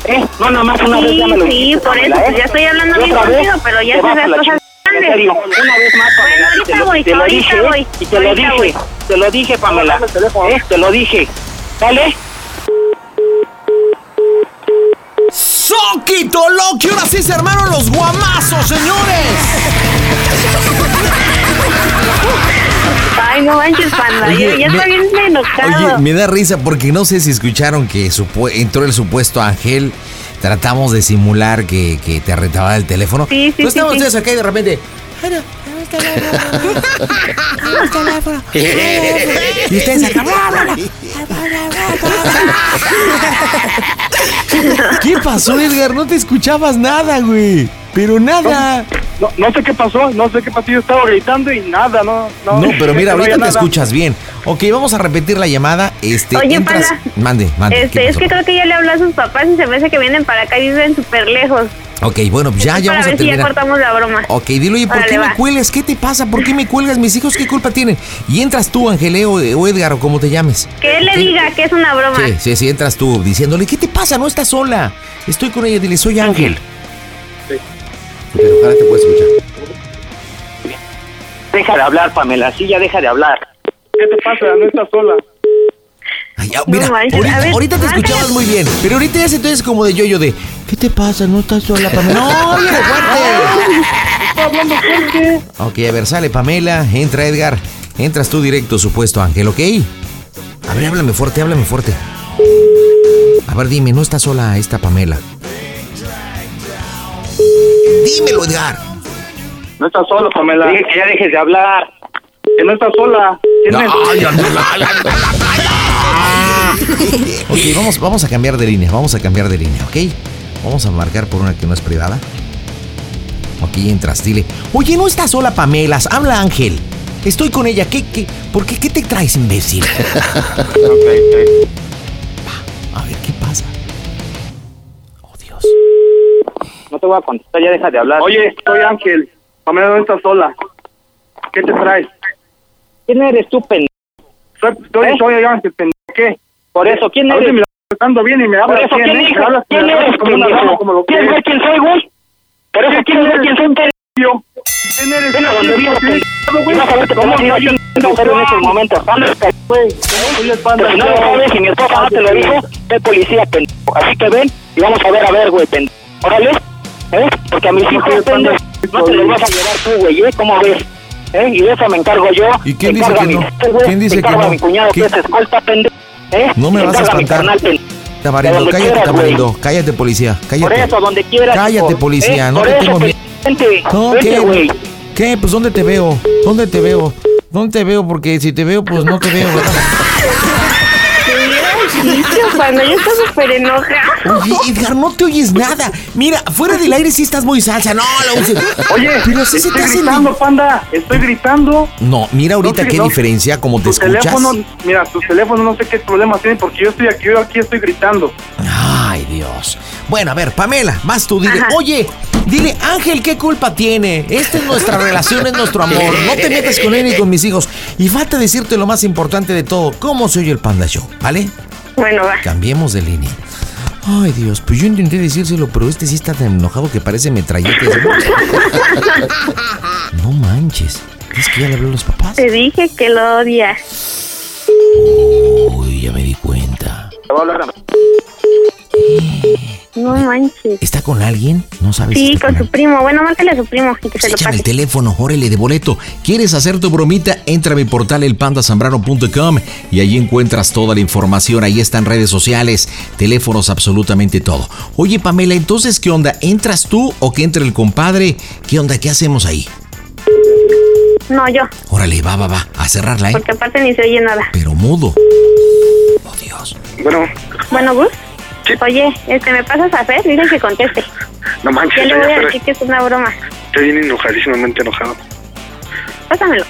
Speaker 5: ¿eh? No nomás una vez ya me lo
Speaker 3: Sí, sí,
Speaker 5: hiciste,
Speaker 3: por
Speaker 5: Pamela,
Speaker 3: eso, pues,
Speaker 5: ¿eh?
Speaker 3: ya estoy hablando
Speaker 5: Y
Speaker 3: bien
Speaker 5: otra vez
Speaker 3: contigo, pero ya
Speaker 5: te
Speaker 3: se
Speaker 5: vas
Speaker 3: ve
Speaker 5: a la
Speaker 3: cosas
Speaker 5: chingada. En
Speaker 3: grandes.
Speaker 5: serio, una vez más, Pamela,
Speaker 3: Bueno,
Speaker 5: y te
Speaker 3: ahorita
Speaker 5: lo-
Speaker 3: voy,
Speaker 5: te lo
Speaker 3: ahorita
Speaker 5: dije,
Speaker 3: voy,
Speaker 5: ¿eh? Y te lo
Speaker 3: ahorita
Speaker 5: dije,
Speaker 3: voy.
Speaker 5: te lo dije, Pamela, ¿eh? Te lo dije, ¿vale?
Speaker 4: ¡Soquito Loki! ¡Ahora sí se armaron los guamazos, señores!
Speaker 3: Ay, no manches, panda.
Speaker 4: Oye,
Speaker 3: yo ya
Speaker 4: me-
Speaker 3: estoy bien enojado.
Speaker 4: Oye, me da risa porque no sé si escucharon que supu- entró el supuesto Ángel. Tratamos de simular que, que te arretaba el teléfono.
Speaker 3: Sí, sí,
Speaker 4: Pero
Speaker 3: sí,
Speaker 4: estaban
Speaker 3: sí.
Speaker 4: ustedes acá y de repente. Y ustedes acá. "Bla, bla, bla". ¿Qué pasó, Edgar? No te escuchabas nada, güey. Pero nada.
Speaker 5: No, no sé qué pasó, no sé qué pasó, yo estaba gritando y nada, no, no.
Speaker 4: No, pero mira,
Speaker 5: no había
Speaker 4: ahorita te
Speaker 5: nada.
Speaker 4: escuchas bien. Ok, vamos a repetir la llamada. Este,
Speaker 3: Oye,
Speaker 4: entras.
Speaker 3: Panda.
Speaker 4: Mande, mande.
Speaker 3: Este,
Speaker 4: ¿qué
Speaker 3: es
Speaker 4: pasó?
Speaker 3: que creo que ya le habló a sus papás y se me hace que vienen para acá y viven súper lejos.
Speaker 4: Ok, bueno, pues ya,
Speaker 3: Entonces,
Speaker 4: ya
Speaker 3: para
Speaker 4: vamos a terminar.
Speaker 3: ver si ya cortamos la broma.
Speaker 4: Ok, dilo, oye, ¿por
Speaker 3: Órale,
Speaker 4: qué me
Speaker 3: va.
Speaker 4: cuelgas? ¿Qué te pasa? ¿Por qué me cuelgas? ¿Mis hijos qué culpa tienen? Y entras tú, Angeleo eh, o Edgar o como te llames.
Speaker 3: Que él le
Speaker 4: Sí.
Speaker 3: diga que es una broma.
Speaker 4: Sí, sí, sí, entras tú diciéndole, ¿qué te pasa? No estás sola. Estoy con ella, dile, soy Ángel. Pero ahora te puedes escuchar.
Speaker 5: Deja de hablar, Pamela, sí, ya deja de hablar. ¿Qué te pasa? No estás sola.
Speaker 4: Ay, ah,
Speaker 3: No
Speaker 4: mira,
Speaker 3: manches,
Speaker 4: ahorita,
Speaker 3: a ver,
Speaker 4: ahorita te
Speaker 3: márcale.
Speaker 4: escuchabas muy bien, pero ahorita ya se te oyes como de yo-yo de, ¿qué te pasa? No estás sola, Pamela. ¡No, oye, fuerte! Ok, a ver, sale Pamela, entra Edgar, entras tú directo, supuesto, Ángel, ¿ok? A ver, háblame fuerte, háblame fuerte. A ver, dime, ¿no está sola esta Pamela? Dímelo, Edgar.
Speaker 5: No estás sola, Pamela. Dije que ya dejes de hablar. Que no estás sola. ¿Tienes-
Speaker 4: Ok, vamos, vamos a cambiar de línea, vamos a cambiar de línea, ¿ok? Vamos a marcar por una que no es privada. Ok, entras, dile. Oye, no estás sola, Pamelas, habla Ángel. Estoy con ella, ¿qué, qué, por qué, qué te traes, imbécil? Va, a ver, ¿qué pasa? Oh, Dios.
Speaker 5: No te voy a contestar, ya deja de hablar. Oye, soy Ángel. Pamela no estás sola. ¿Qué te traes? ¿Quién eres tú, ¿Eh? pendejo? Soy, soy, soy Ángel, pendejo. ¿Qué? Por eso, ¿quién eres? Me tratando bien y me hablas Por eso, ¿quién, eres? ¿Quién eres, pendejo? ¿Quieres ver quién soy, güey? Por eso, ¿quién eres? ¿Quién soy, pendejo? ¿Quién eres? Ven a donde vivo, pendejo, güey. Vas a ver que te vas a ir haciendo mujer en estos momentos. Ándate, güey. Soy el panda. Si no lo sabes y mi esposa no te lo dijo, soy policía, pendejo. Así que ven y vamos a ver, a ver, güey, pendejo. Órale. ¿eh? Porque a mis hijos pendejos, no te los vas a llevar tú, güey, ¿eh? ¿Cómo ves? ¿Eh? Y de eso me encargo yo.
Speaker 4: ¿Y quién
Speaker 5: me
Speaker 4: dice
Speaker 5: encargo
Speaker 4: que
Speaker 5: a mi
Speaker 4: no?
Speaker 5: jefe, güey,
Speaker 4: ¿Quién dice
Speaker 5: me encargo
Speaker 4: que
Speaker 5: a
Speaker 4: no?
Speaker 5: mi cuñado
Speaker 4: ¿Qué?
Speaker 5: que es escolta, pendejo. ¿eh?
Speaker 4: No me
Speaker 5: Me
Speaker 4: vas a
Speaker 5: encargo mi
Speaker 4: espantar.
Speaker 5: carnal, pendejo. De
Speaker 4: Tamarindo,
Speaker 5: donde
Speaker 4: cállate,
Speaker 5: quieras,
Speaker 4: Tamarindo.
Speaker 5: güey.
Speaker 4: Cállate, policía,
Speaker 5: Por
Speaker 4: cállate.
Speaker 5: eso, donde quieras.
Speaker 4: Cállate,
Speaker 5: hijo,
Speaker 4: policía, no
Speaker 5: Por
Speaker 4: te
Speaker 5: eso,
Speaker 4: tengo
Speaker 5: que-
Speaker 4: miedo.
Speaker 5: Vente,
Speaker 4: No,
Speaker 5: vente, güey.
Speaker 4: ¿qué? ¿Qué? Pues ¿dónde te veo? ¿Dónde te veo? ¿Dónde te veo? Porque si te veo, pues no te veo, ¿verdad?
Speaker 3: Te hubieras dicho, panda, yo estoy súper enojada.
Speaker 4: Oye, Edgar, no te oyes nada. Mira, fuera del aire sí estás muy salsa. No, la once.
Speaker 5: Oye,
Speaker 4: pero sí se
Speaker 5: estoy
Speaker 4: te hace.
Speaker 5: gritando, panda. Estoy gritando.
Speaker 4: No, mira ahorita
Speaker 5: No, sí,
Speaker 4: qué
Speaker 5: no.
Speaker 4: diferencia, como te
Speaker 5: Tu
Speaker 4: escuchas.
Speaker 5: teléfono, mira, tu teléfono no sé qué problemas tiene porque yo estoy aquí, yo aquí estoy gritando.
Speaker 4: Ay, Dios. Bueno, a ver, Pamela, vas tú, dile.
Speaker 3: Ajá.
Speaker 4: Oye, dile, Ángel, ¿qué culpa tiene? Esta es nuestra relación, es nuestro amor. No te metas con él ni con mis hijos. Y falta decirte lo más importante de todo: ¿cómo se oye el Panda Show? ¿Vale?
Speaker 3: Bueno, va.
Speaker 4: Cambiemos de línea. Ay, Dios, pues yo intenté decírselo, pero este sí está tan enojado que parece metralleta. No manches. ¿Es que ya le habló a los papás?
Speaker 3: Te dije que lo odias.
Speaker 4: Uy, ya me di cuenta.
Speaker 5: Te voy a hablar a-
Speaker 3: No manches.
Speaker 4: ¿Está con alguien? No sabes. si
Speaker 3: Sí,
Speaker 4: está
Speaker 3: con su
Speaker 4: alguien.
Speaker 3: primo. Bueno, márcale a su primo y que
Speaker 10: Pues
Speaker 3: se lo
Speaker 10: échame el
Speaker 3: pase.
Speaker 10: teléfono, órale de boleto. ¿Quieres hacer tu bromita? Entra a mi portal elpandasambrano.com y allí encuentras toda la información. Ahí están redes sociales, teléfonos, absolutamente todo. Oye, Pamela, entonces, ¿qué onda? ¿Entras tú o que entre el compadre? ¿Qué onda? ¿Qué hacemos ahí?
Speaker 3: No, yo,
Speaker 10: Órale, va, va, va. A cerrarla, ¿eh?
Speaker 3: porque aparte ni se oye nada.
Speaker 10: Pero mudo. Oh, Dios.
Speaker 7: Bueno,
Speaker 3: Bueno, Gus. Oye, este, ¿me pasas a Fer? Dile que conteste. Ya
Speaker 7: no manches,
Speaker 3: le
Speaker 7: ya,
Speaker 3: voy a
Speaker 7: pero
Speaker 3: decir que es una broma.
Speaker 7: estoy bien enojadísimamente enojado.
Speaker 3: Pásamelo.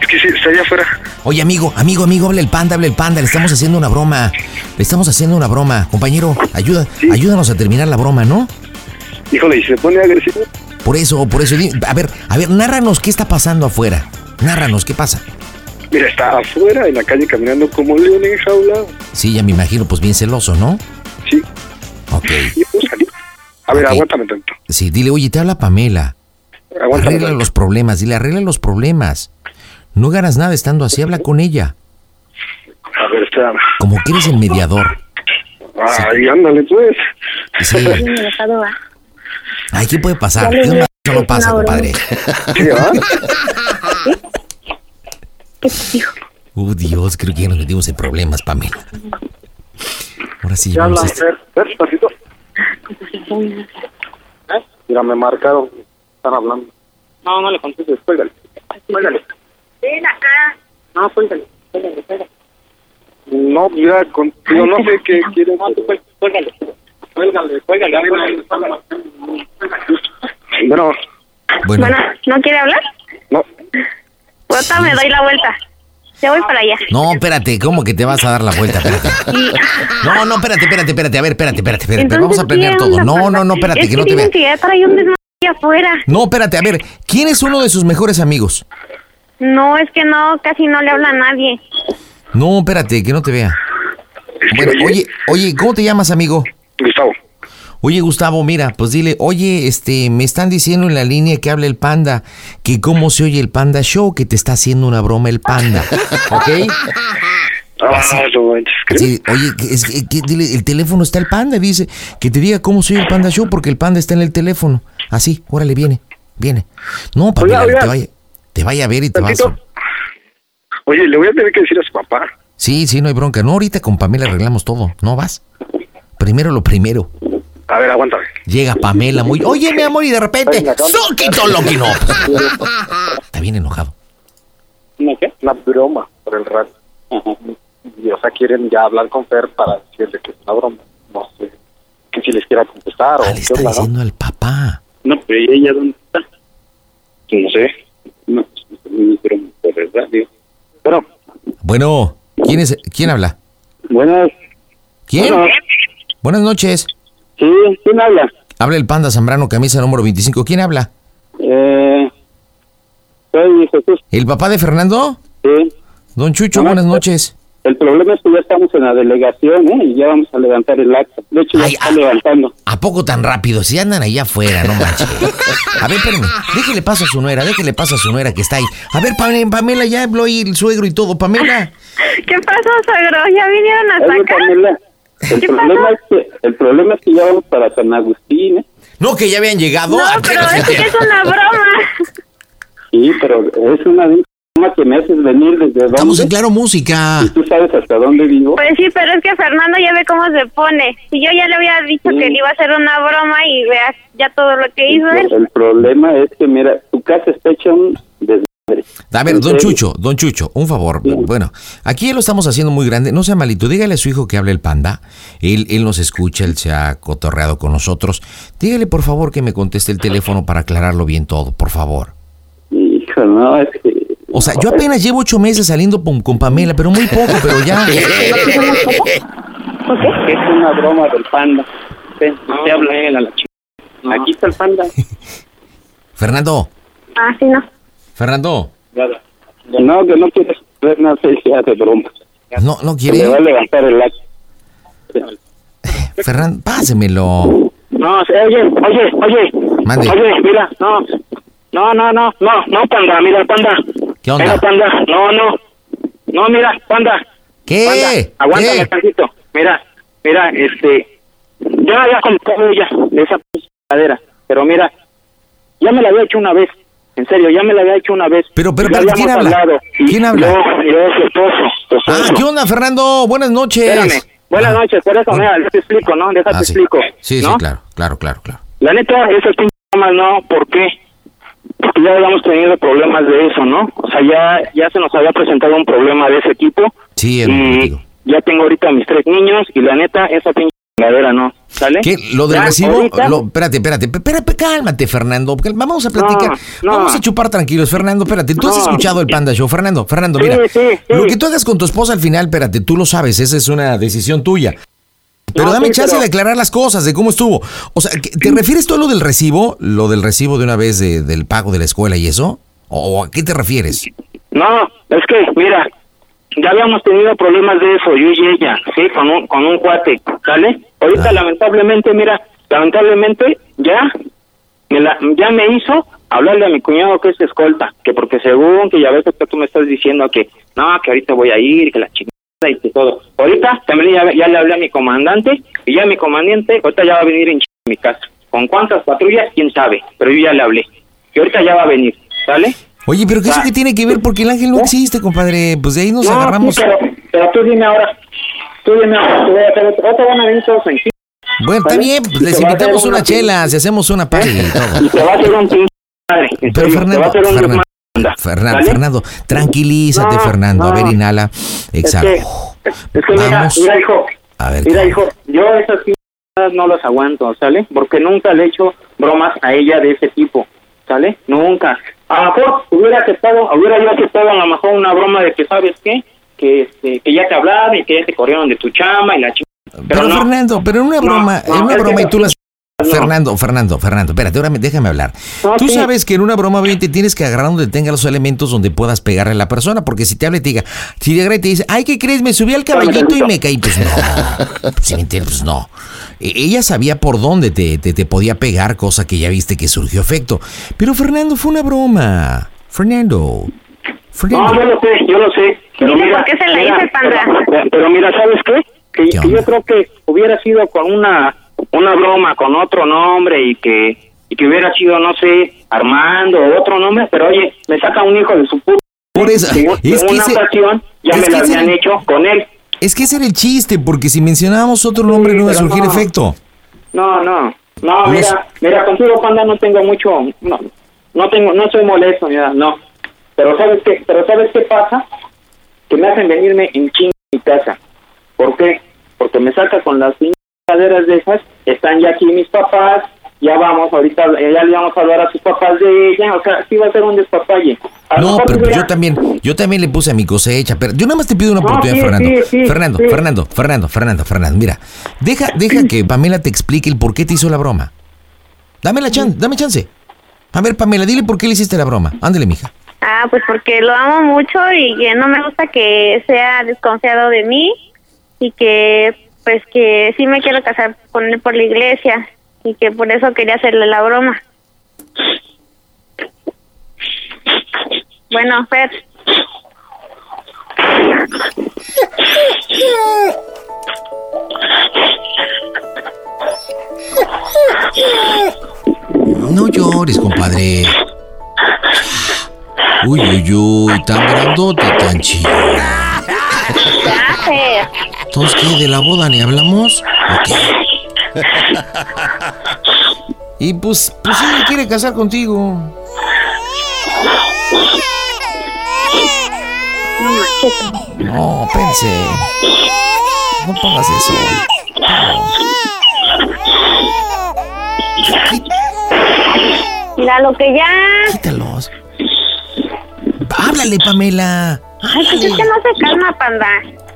Speaker 7: Es que sí, está allá afuera.
Speaker 4: Oye, amigo, amigo, amigo, habla el panda, habla el panda. Le estamos haciendo una broma. Le estamos haciendo una broma. Compañero, ayuda, ayúdanos a terminar la broma, ¿no?
Speaker 7: Híjole, y se pone agresivo.
Speaker 4: Por eso, por eso. di- A ver, a ver, nárranos qué está pasando afuera. Nárranos, ¿qué pasa?
Speaker 7: Mira, está afuera en la calle caminando como león enjaulado.
Speaker 4: Sí, ya me imagino, pues bien celoso, ¿no?
Speaker 7: Sí,
Speaker 4: Ok.
Speaker 7: y puedo salir. Pues, A ver,
Speaker 4: Ok.
Speaker 7: aguántame tanto.
Speaker 4: Sí, dile, oye, te habla Pamela.
Speaker 7: Aguántame
Speaker 4: Arregla
Speaker 7: tanto.
Speaker 4: los problemas, dile, arregla los problemas. No ganas nada estando así, habla con ella.
Speaker 7: A ver, espérame.
Speaker 4: Como que eres el mediador.
Speaker 7: Ay, ándale, pues.
Speaker 4: Sí.
Speaker 3: Bien enojado, va.
Speaker 4: Ay, ¿qué puede pasar?
Speaker 3: Ya le
Speaker 4: ¿Qué onda?
Speaker 3: dije
Speaker 4: Eso
Speaker 3: que
Speaker 4: no
Speaker 3: es
Speaker 4: pasa,
Speaker 3: una broma.
Speaker 4: compadre.
Speaker 7: ¿Qué va?
Speaker 3: ¿Qué te dijo?
Speaker 4: Uh, Dios, creo que ya nos metimos en problemas, Pamela. Ahora sí,
Speaker 7: ¿Qué habla?
Speaker 4: vamos a... este
Speaker 7: Ver, ver, tantito. Mira, me marcaron. Están hablando. No, no le contestes. Cuélgale. Cuélgale.
Speaker 3: Ven acá.
Speaker 7: No, cuélgale. Cuélgale, cuélgale. No, mira, con, yo no sé qué quieren. No, cuélgale. Cuélgale, cuélgale. Bueno,
Speaker 4: Bueno,
Speaker 3: Bueno, ¿no quiere hablar?
Speaker 7: no.
Speaker 3: Ahorita me doy la vuelta. Ya voy para allá.
Speaker 4: no, espérate, ¿cómo que te vas a dar la vuelta? Espérate. No, no, espérate, espérate, espérate. A ver, espérate, espérate, espérate. vamos a planear
Speaker 3: ¿qué
Speaker 4: todo.
Speaker 3: onda,
Speaker 4: No,
Speaker 3: Paula?
Speaker 4: no, no, espérate,
Speaker 3: Es
Speaker 4: que no te vea.
Speaker 3: dicen que ya trae un desmadre ahí afuera.
Speaker 4: No, espérate, a ver, ¿quién es uno de sus mejores amigos?
Speaker 3: No, es que no, casi no le habla a nadie.
Speaker 4: No, espérate, que no te vea. Bueno, oye, oye, ¿cómo te llamas, amigo?
Speaker 7: Gustavo.
Speaker 4: Oye, Gustavo, mira, pues dile, oye, este, me están diciendo en la línea que habla el panda, que cómo se oye el panda show, que te está haciendo una broma el panda, ¿ok?
Speaker 7: Ah, no manches. ¿crees?
Speaker 4: Sí, oye, que es, eh, que- que dile, el teléfono está el panda, dice, que te diga cómo se oye el panda show, porque el panda está en el teléfono. Así, órale, viene, viene. No, Pamela,
Speaker 7: Oiga, oiga.
Speaker 4: te vaya, te vaya a ver y te vas
Speaker 7: Tantito. Oye, le voy a tener que decir a su papá.
Speaker 4: Sí, sí, no hay bronca. No, ahorita con Pamela arreglamos todo. No vas. Primero lo primero.
Speaker 7: A ver, aguántame.
Speaker 4: Llega Pamela muy. Oye, mi amor, y de repente. ¡Soquito loquino! Está bien enojado.
Speaker 7: ¿Una qué? Una broma por el rato. Y, o sea, quieren ya hablar con Fer para decirle que es una broma. No sé. Que si les quiera contestar
Speaker 4: Ah, le está diciendo al papá.
Speaker 7: No, pero ¿y ella dónde está? Pues No sé. No, pues, no pero por verdad, digo. Pero,
Speaker 4: Bueno, ¿quién es? ¿Quién habla?
Speaker 7: buenas.
Speaker 4: ¿Quién?
Speaker 7: Bueno,
Speaker 4: Buenas noches.
Speaker 7: sí, ¿quién habla?
Speaker 4: Habla el panda Zambrano, camisa número 25. ¿Quién habla?
Speaker 7: Eh, soy Jesús.
Speaker 4: ¿El papá de Fernando?
Speaker 7: Sí.
Speaker 4: Don Chucho,
Speaker 7: Hola.
Speaker 4: buenas noches.
Speaker 7: El problema es que ya estamos en la delegación, ¿eh? Y ya vamos a levantar el acta. De hecho, ya
Speaker 4: Ay,
Speaker 7: está
Speaker 4: ah.
Speaker 7: levantando.
Speaker 4: ¿A poco tan rápido? Si andan allá afuera, no manches. A ver, espérame. Déjele paso a su nuera, déjele paso a su nuera que está ahí. A ver, Pam- eh, Pamela, ya habló ahí el suegro y todo. Pamela.
Speaker 3: ¿Qué pasó, suegro? ¿Ya vinieron hasta
Speaker 7: Oye,
Speaker 3: Pues acá?
Speaker 7: Pamela, el
Speaker 3: ¿Qué
Speaker 7: problema,
Speaker 3: pasó?
Speaker 7: es que, el problema es que ya vamos para San Agustín, ¿eh?
Speaker 4: No, que ya habían llegado.
Speaker 3: No,
Speaker 4: ¿A qué
Speaker 3: pero
Speaker 4: nos
Speaker 3: es que
Speaker 4: metieron?
Speaker 3: es una broma.
Speaker 7: Sí, pero es una broma que me haces venir desde
Speaker 10: Estamos
Speaker 7: dónde.
Speaker 10: en Claro Música.
Speaker 7: Y tú sabes hasta dónde vivo.
Speaker 3: Pues sí, pero es que Fernando ya ve cómo se pone. Si yo ya le había dicho que le iba a hacer una broma y veas ya todo lo que hizo él.
Speaker 7: El problema es que, mira, tu casa está hecha un desmadre.
Speaker 4: A ver,
Speaker 7: En
Speaker 4: don
Speaker 7: serio.
Speaker 4: Chucho, don Chucho, un favor. Bueno, aquí ya lo estamos haciendo muy grande. No sea malito, dígale a su hijo que hable el panda. Él, él nos escucha, él se ha cotorreado con nosotros. Dígale, por favor, que me conteste el teléfono para aclararlo bien todo, por favor.
Speaker 7: Hijo, no, es que...
Speaker 4: O sea, yo apenas llevo ocho meses saliendo con, con Pamela, pero muy poco, pero ya.
Speaker 7: Es una broma del panda. Ven, no te habla él a la chica. Aquí está el panda.
Speaker 4: Fernando,
Speaker 3: Ah, sí, no.
Speaker 4: Fernando,
Speaker 7: No, que no quieres ver nada ya de broma.
Speaker 4: no, no
Speaker 7: Que le
Speaker 4: quiere.
Speaker 7: va a levantar el acta.
Speaker 4: Fernando, pásemelo.
Speaker 7: No, oye, oye, oye.
Speaker 4: Mande.
Speaker 7: Oye, mira, no. No, no, no, no, no, panda, mira, panda.
Speaker 4: ¿Qué onda?
Speaker 7: Mira, panda, no, no. No, mira, panda.
Speaker 4: ¿Qué? eh.
Speaker 7: Panda, aguántame
Speaker 4: ¿Qué?
Speaker 7: tantito. Mira, mira, este.
Speaker 5: Yo la había comprado ya, de esa cadera. Pero mira, ya me la había hecho una vez. En serio, ya me la había hecho una vez.
Speaker 4: Pero, pero,
Speaker 5: Ya
Speaker 4: pero, ¿quién
Speaker 5: habíamos
Speaker 4: habla?
Speaker 5: hablado. Y
Speaker 4: ¿Quién habla?
Speaker 5: Yo, yo, su esposo. su
Speaker 4: Ah,
Speaker 5: esposo.
Speaker 4: ¿qué onda, Fernando? Buenas noches.
Speaker 5: Espérame. Buenas
Speaker 4: Ah.
Speaker 5: noches, por eso, mira, yo te explico, ¿no? Déjate
Speaker 4: Ah, sí.
Speaker 5: explico.
Speaker 4: Sí,
Speaker 5: ¿no?
Speaker 4: sí, claro, claro, claro, claro.
Speaker 5: La neta, ese pinche tema, no, ¿por qué? Porque ya habíamos tenido problemas de eso, ¿no? O sea, ya, ya se nos había presentado un problema de ese tipo.
Speaker 4: Sí, es lo que
Speaker 5: y
Speaker 4: digo.
Speaker 5: ya tengo ahorita mis tres niños y la neta, esa pinche chingadera, ¿no? ¿Sale?
Speaker 4: ¿Qué? ¿Lo del
Speaker 5: Ya,
Speaker 4: recibo?
Speaker 5: ahorita-
Speaker 4: Lo- espérate, espérate, pe- espérate, cálmate, Fernando. porque Vamos a platicar.
Speaker 5: No, no.
Speaker 4: Vamos a chupar tranquilos, Fernando. Espérate, tú has
Speaker 5: No.
Speaker 4: escuchado el Panda Show. Fernando, Fernando,
Speaker 5: Sí,
Speaker 4: mira.
Speaker 5: sí, sí.
Speaker 4: Lo que tú hagas con tu esposa al final, espérate, tú lo sabes, esa es una decisión tuya. Pero
Speaker 5: No,
Speaker 4: dame
Speaker 5: sí,
Speaker 4: chance
Speaker 5: pero-
Speaker 4: de aclarar las cosas, de cómo estuvo. O sea, ¿qué- ¿te refieres tú a lo del recibo? ¿Lo del recibo de una vez de- del pago de la escuela y eso? ¿O a qué te refieres?
Speaker 5: No, es que, mira, ya habíamos tenido problemas de eso, yo y ella, sí, con un, con un cuate, ¿sale? Ahorita,
Speaker 4: Ah.
Speaker 5: lamentablemente, mira, lamentablemente, ya me, la, ya me hizo hablarle a mi cuñado que es escolta, que porque según que ya ves que tú me estás diciendo que, no, que ahorita voy a ir, que la chingada y que todo. Ahorita también ya, ya le hablé a mi comandante, y ya mi comandante, ahorita ya va a venir en ch- a mi casa. ¿Con cuántas patrullas? ¿Quién sabe? Pero yo ya le hablé. Y ahorita ya va a venir, ¿sale?
Speaker 4: Oye, pero ¿qué es lo
Speaker 5: Ah.
Speaker 4: que tiene que ver? Porque el ángel no existe, compadre. Pues de ahí nos
Speaker 5: ¿Eh? No,
Speaker 4: agarramos.
Speaker 5: sí, pero, pero tú dime ahora. Tú dime ahora. Tú voy a hacer otro. Ahorita van a venir todos en chinga,
Speaker 4: Bueno, está
Speaker 5: ¿Vale?
Speaker 4: bien, pues
Speaker 5: Y
Speaker 4: les
Speaker 5: te va a
Speaker 4: invitamos
Speaker 5: hacer
Speaker 4: una
Speaker 5: una
Speaker 4: chela, si hacemos una party y todo.
Speaker 5: Y te va a hacer un pinche madre. en
Speaker 4: Pero
Speaker 5: serio, te va a
Speaker 4: Fernando,
Speaker 5: hacer un
Speaker 4: Fernando,
Speaker 5: desmadre,
Speaker 4: Fernando,
Speaker 5: ¿vale?
Speaker 4: Fernando, tranquilízate,
Speaker 5: No,
Speaker 4: Fernando. A
Speaker 5: no.
Speaker 4: ver, inhala,
Speaker 5: Es
Speaker 4: exhala.
Speaker 5: que, es que mira,
Speaker 4: Vamos.
Speaker 5: mira, hijo.
Speaker 4: A ver,
Speaker 5: mira,
Speaker 4: calma.
Speaker 5: hijo. Yo esas cosas no las aguanto, ¿sale? Porque nunca le he hecho bromas a ella de ese tipo, ¿sale? Nunca. A lo mejor hubiera aceptado, hubiera yo aceptado a lo mejor una broma de que, ¿sabes qué? Que, este, que ya te hablaron y que ya te corrieron de tu chama y la chica.
Speaker 4: Pero, Fernando, pero en una
Speaker 5: No,
Speaker 4: broma,
Speaker 5: no,
Speaker 4: en una
Speaker 5: es que
Speaker 4: broma y
Speaker 5: no.
Speaker 4: tú las...
Speaker 5: No.
Speaker 4: Fernando, Fernando, Fernando, espérate, ahora me- déjame hablar.
Speaker 5: No,
Speaker 4: Tú
Speaker 5: sí.
Speaker 4: sabes que en una broma, obviamente, tienes que agarrar donde tenga los elementos donde puedas pegarle a la persona, porque si te habla y te diga, si te agarra y te dice, ay, ¿qué crees? Me subí al caballito y me caí. Pues no, si me entiendes, pues no. E- Ella sabía por dónde te, te, te podía pegar, cosa que ya viste que surgió efecto. Pero Fernando, fue una broma. Fernando.
Speaker 5: No, yo
Speaker 4: Fernando.
Speaker 5: lo sé, yo lo sé.
Speaker 3: Dime por qué se la
Speaker 5: mira,
Speaker 3: hice, Panda.
Speaker 5: Pero, pero mira, ¿sabes qué? Que,
Speaker 4: ¿Qué
Speaker 5: que
Speaker 4: onda?
Speaker 5: yo creo que hubiera sido con una una broma, con otro nombre y que y que hubiera sido, no sé, Armando o otro nombre, pero oye, me saca un hijo de su puta.
Speaker 4: Por eso,
Speaker 5: En
Speaker 4: es que
Speaker 5: una
Speaker 4: ese-
Speaker 5: ocasión ya
Speaker 4: es
Speaker 5: me
Speaker 4: que
Speaker 5: la
Speaker 4: ese-
Speaker 5: habían hecho con él.
Speaker 4: Es que ese era el chiste, porque si mencionábamos otro nombre no iba a
Speaker 5: pero
Speaker 4: surgir
Speaker 5: no.
Speaker 4: efecto.
Speaker 5: No, no, no,
Speaker 4: Los-
Speaker 5: mira, mira, contigo, Panda, no tengo mucho, no, no tengo, no soy molesto, mira, no. Pero sabes qué, pero sabes qué pasa, que me hacen venirme en ching mi casa. ¿Por qué? Porque me saca con las chingaderas de esas, están ya aquí mis papás, ya vamos, ahorita eh, ya le vamos a hablar a sus papás de ella, o sea, sí va a ser un despapalle. A lo
Speaker 4: No,
Speaker 5: mejor
Speaker 4: pero pues
Speaker 5: hubiera-
Speaker 4: yo también, yo también le puse a mi cosecha. Pero yo nada más te pido una
Speaker 5: No,
Speaker 4: oportunidad,
Speaker 5: sí,
Speaker 4: Fernando.
Speaker 5: sí, sí,
Speaker 4: Fernando,
Speaker 5: sí.
Speaker 4: Fernando, Fernando, Fernando, Fernando. Mira, deja, deja que Pamela te explique el por qué te hizo la broma. Dame la chance, dame chance. A ver, Pamela, dile por qué le hiciste la broma. Ándale, mija.
Speaker 3: Ah, pues porque lo amo mucho y que no me gusta que sea desconfiado de mí y que pues que sí me quiero casar con él por la iglesia y que por eso quería hacerle la broma. Bueno, Fer,
Speaker 4: No llores, compadre. Uy, uy, uy, tan grandote, tan chido.
Speaker 3: ah, Fer,
Speaker 4: Entonces, ¿qué? ¿De la boda ni hablamos? ¿O qué? Y pues, pues sí, me quiere casar contigo.
Speaker 3: no manches.
Speaker 4: No, pensé. No pongas eso.
Speaker 3: Mira lo que ya,
Speaker 4: Quítalos. Háblale, Pamela.
Speaker 3: ay, pues es que no se calma, panda.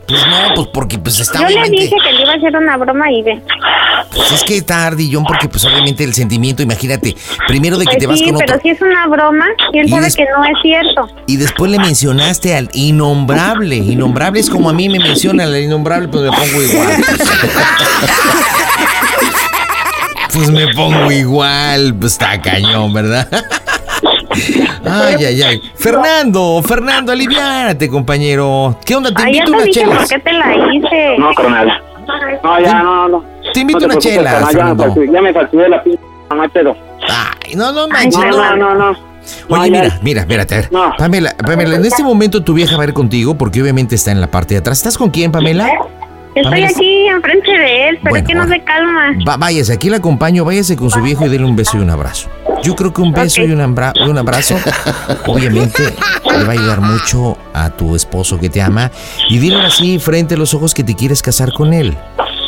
Speaker 4: Pues no, pues porque pues está
Speaker 3: Yo le
Speaker 4: obviamente-
Speaker 3: dije que le iba a hacer una broma y ve.
Speaker 4: Pues es que está ardillón porque pues obviamente el sentimiento, imagínate, primero de que
Speaker 3: Pues
Speaker 4: te vas
Speaker 3: sí,
Speaker 4: con otro
Speaker 3: pero si es una broma,
Speaker 4: Y
Speaker 3: quién sabe
Speaker 4: des-
Speaker 3: que no es cierto.
Speaker 4: y después le mencionaste al innombrable. Innombrable es como a mí me mencionan al innombrable, pues me pongo igual. Pues me pongo igual, pues está cañón, ¿verdad? Ay, ay, ay. Fernando, Fernando, aliviárate, compañero. ¿Qué onda? Te
Speaker 3: Ay, ya
Speaker 4: invito
Speaker 3: te
Speaker 4: unas
Speaker 3: dije por
Speaker 4: chelas.
Speaker 3: qué te la hice.
Speaker 5: No, carnal. No, ya, no, no, no.
Speaker 4: Te invito
Speaker 5: No
Speaker 4: una
Speaker 5: te preocupes,
Speaker 4: chela,
Speaker 5: carnal, ya me
Speaker 4: Fernando.
Speaker 5: fastidié- Ya me fastidié la pinche mamá, pero.
Speaker 4: Ay, no, no
Speaker 5: Ay,
Speaker 4: manches.
Speaker 5: No,
Speaker 4: no.
Speaker 5: no, no, no. No,
Speaker 4: Oye,
Speaker 5: ya-
Speaker 4: mira, mira, espérate. a ver.
Speaker 5: No.
Speaker 4: Pamela, Pamela, en este momento tu vieja va a ir contigo porque obviamente está en la parte de atrás. ¿Estás con quién, Pamela?
Speaker 3: Eh, Estoy
Speaker 4: Pamela,
Speaker 3: aquí enfrente de él, pero
Speaker 4: Bueno,
Speaker 3: es que no
Speaker 4: bueno.
Speaker 3: se calma.
Speaker 4: Va- váyase, aquí la acompaño, váyase con su viejo y dele un beso y un abrazo. Yo creo que un beso
Speaker 3: Ok.
Speaker 4: y un, ambra- y un abrazo, obviamente, le va a ayudar mucho a tu esposo que te ama. Y dile así, frente a los ojos, que te quieres casar con él.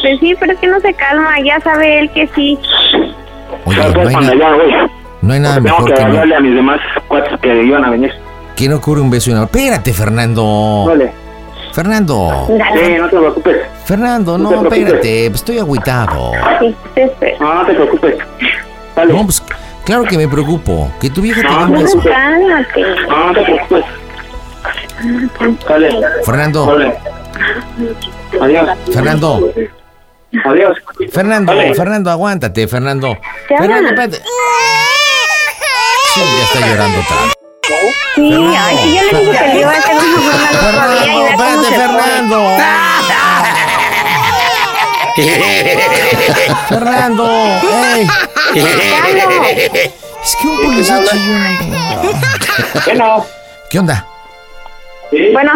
Speaker 3: Pues sí, pero es que no se calma, ya sabe él que sí.
Speaker 4: Oye,
Speaker 5: Ya
Speaker 4: no
Speaker 5: sé
Speaker 4: hay,
Speaker 5: cuando
Speaker 4: na-
Speaker 5: ya, güey.
Speaker 4: no hay nada
Speaker 5: Porque Tengo
Speaker 4: mejor
Speaker 5: que
Speaker 4: que, no,
Speaker 5: hablarle a mis demás cuates que iban a venir.
Speaker 4: que no cure un beso y un abrazo. Espérate, Fernando.
Speaker 5: Dale.
Speaker 4: Fernando,
Speaker 5: Sí, no te preocupes.
Speaker 4: Fernando,
Speaker 5: No te
Speaker 4: no,
Speaker 5: preocupes.
Speaker 4: espérate, pues, estoy agüitado.
Speaker 3: Sí, espera.
Speaker 5: No, no te preocupes. Dale.
Speaker 4: No, pues claro que me preocupo. Que tu vieja te dé un
Speaker 5: No,
Speaker 4: beso.
Speaker 5: no.
Speaker 3: Cálmate.
Speaker 5: No, no te preocupes. Dale.
Speaker 4: Fernando,
Speaker 5: Dale. Adiós.
Speaker 4: Fernando,
Speaker 5: Adiós.
Speaker 4: Fernando,
Speaker 5: Dale.
Speaker 4: Fernando, aguántate, Fernando.
Speaker 3: Ya.
Speaker 4: Fernando, espérate. Sí, ya está llorando otra vez.
Speaker 3: Sí, ay, sí, ya le dije que le iba a hacer una broma el otro día y
Speaker 4: Fernando,
Speaker 3: vea cómo
Speaker 4: espérate,
Speaker 3: se pone.
Speaker 4: Fernando. Fernando, ey. Es que un policía chillón.
Speaker 5: Bueno.
Speaker 4: ¿Qué onda?
Speaker 5: Sí.
Speaker 3: Bueno,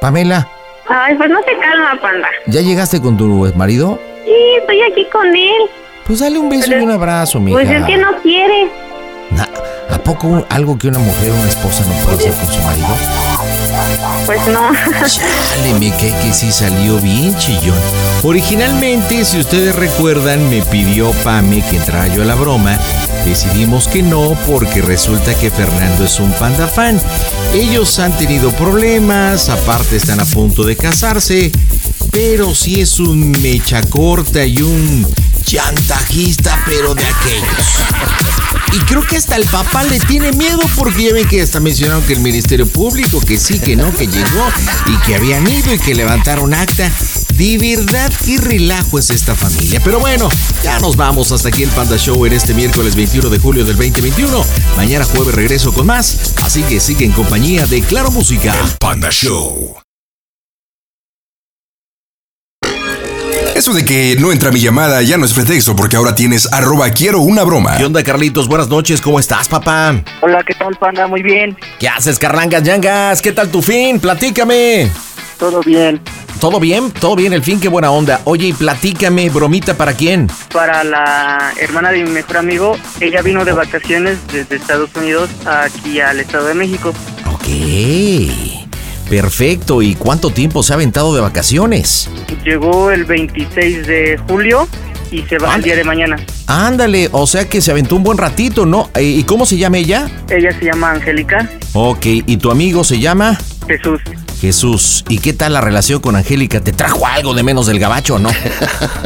Speaker 4: Pamela,
Speaker 3: ay, pues no se calma, panda.
Speaker 4: ¿ya llegaste con tu marido?
Speaker 3: Sí, estoy aquí con él.
Speaker 4: Pues dale un beso y un abrazo, mija.
Speaker 3: Pues es que no quiere.
Speaker 4: Na- ¿A poco un- algo que una mujer o una esposa no puede hacer con su marido?
Speaker 3: Pues no.
Speaker 4: Chale, me cae que sí salió bien chillón. Originalmente, si ustedes recuerdan, me pidió Pame que entrara yo a la broma. Decidimos que no porque resulta que Fernando es un panda fan. Ellos han tenido problemas, aparte están a punto de casarse, pero sí es un mecha corta y un chantajista, pero de aquellos. Y creo que hasta el papá le tiene miedo porque ya ven que hasta mencionaron que el Ministerio Público, que sí, que no, que llegó y que habían ido y que levantaron acta. De verdad, qué relajo es esta familia. Pero bueno, ya nos vamos. Hasta aquí el Panda Show en este miércoles 21 de julio del 2021. Mañana jueves regreso con más. Así que sigue en compañía de Claro Música.
Speaker 1: Panda Show. Eso de que no entra mi llamada ya no es pretexto porque ahora tienes arroba quiero una broma.
Speaker 2: ¿Qué onda, Carlitos? Buenas noches, ¿cómo estás, papá?
Speaker 5: Hola, ¿qué tal, panda? Muy bien.
Speaker 2: ¿Qué haces, Carlangas Yangas? ¿Qué tal tu fin? Platícame.
Speaker 5: Todo bien.
Speaker 2: ¿Todo bien? ¿Todo bien? El fin, qué buena onda. Oye, y platícame, bromita para quién?
Speaker 5: Para la hermana de mi mejor amigo, ella vino de vacaciones desde Estados Unidos aquí al Estado de México.
Speaker 2: Ok. Perfecto. ¿Y cuánto tiempo se ha aventado de vacaciones?
Speaker 5: Llegó el 26 de julio y se va el día de mañana.
Speaker 2: Ándale, o sea que se aventó un buen ratito, ¿no? Eh, ¿Y cómo se llama ella?
Speaker 5: Ella se llama Angélica
Speaker 2: Ok, ¿y tu amigo se llama?
Speaker 5: Jesús.
Speaker 2: Jesús. ¿Y qué tal la relación con Angélica? ¿Te trajo algo de menos del gabacho o no?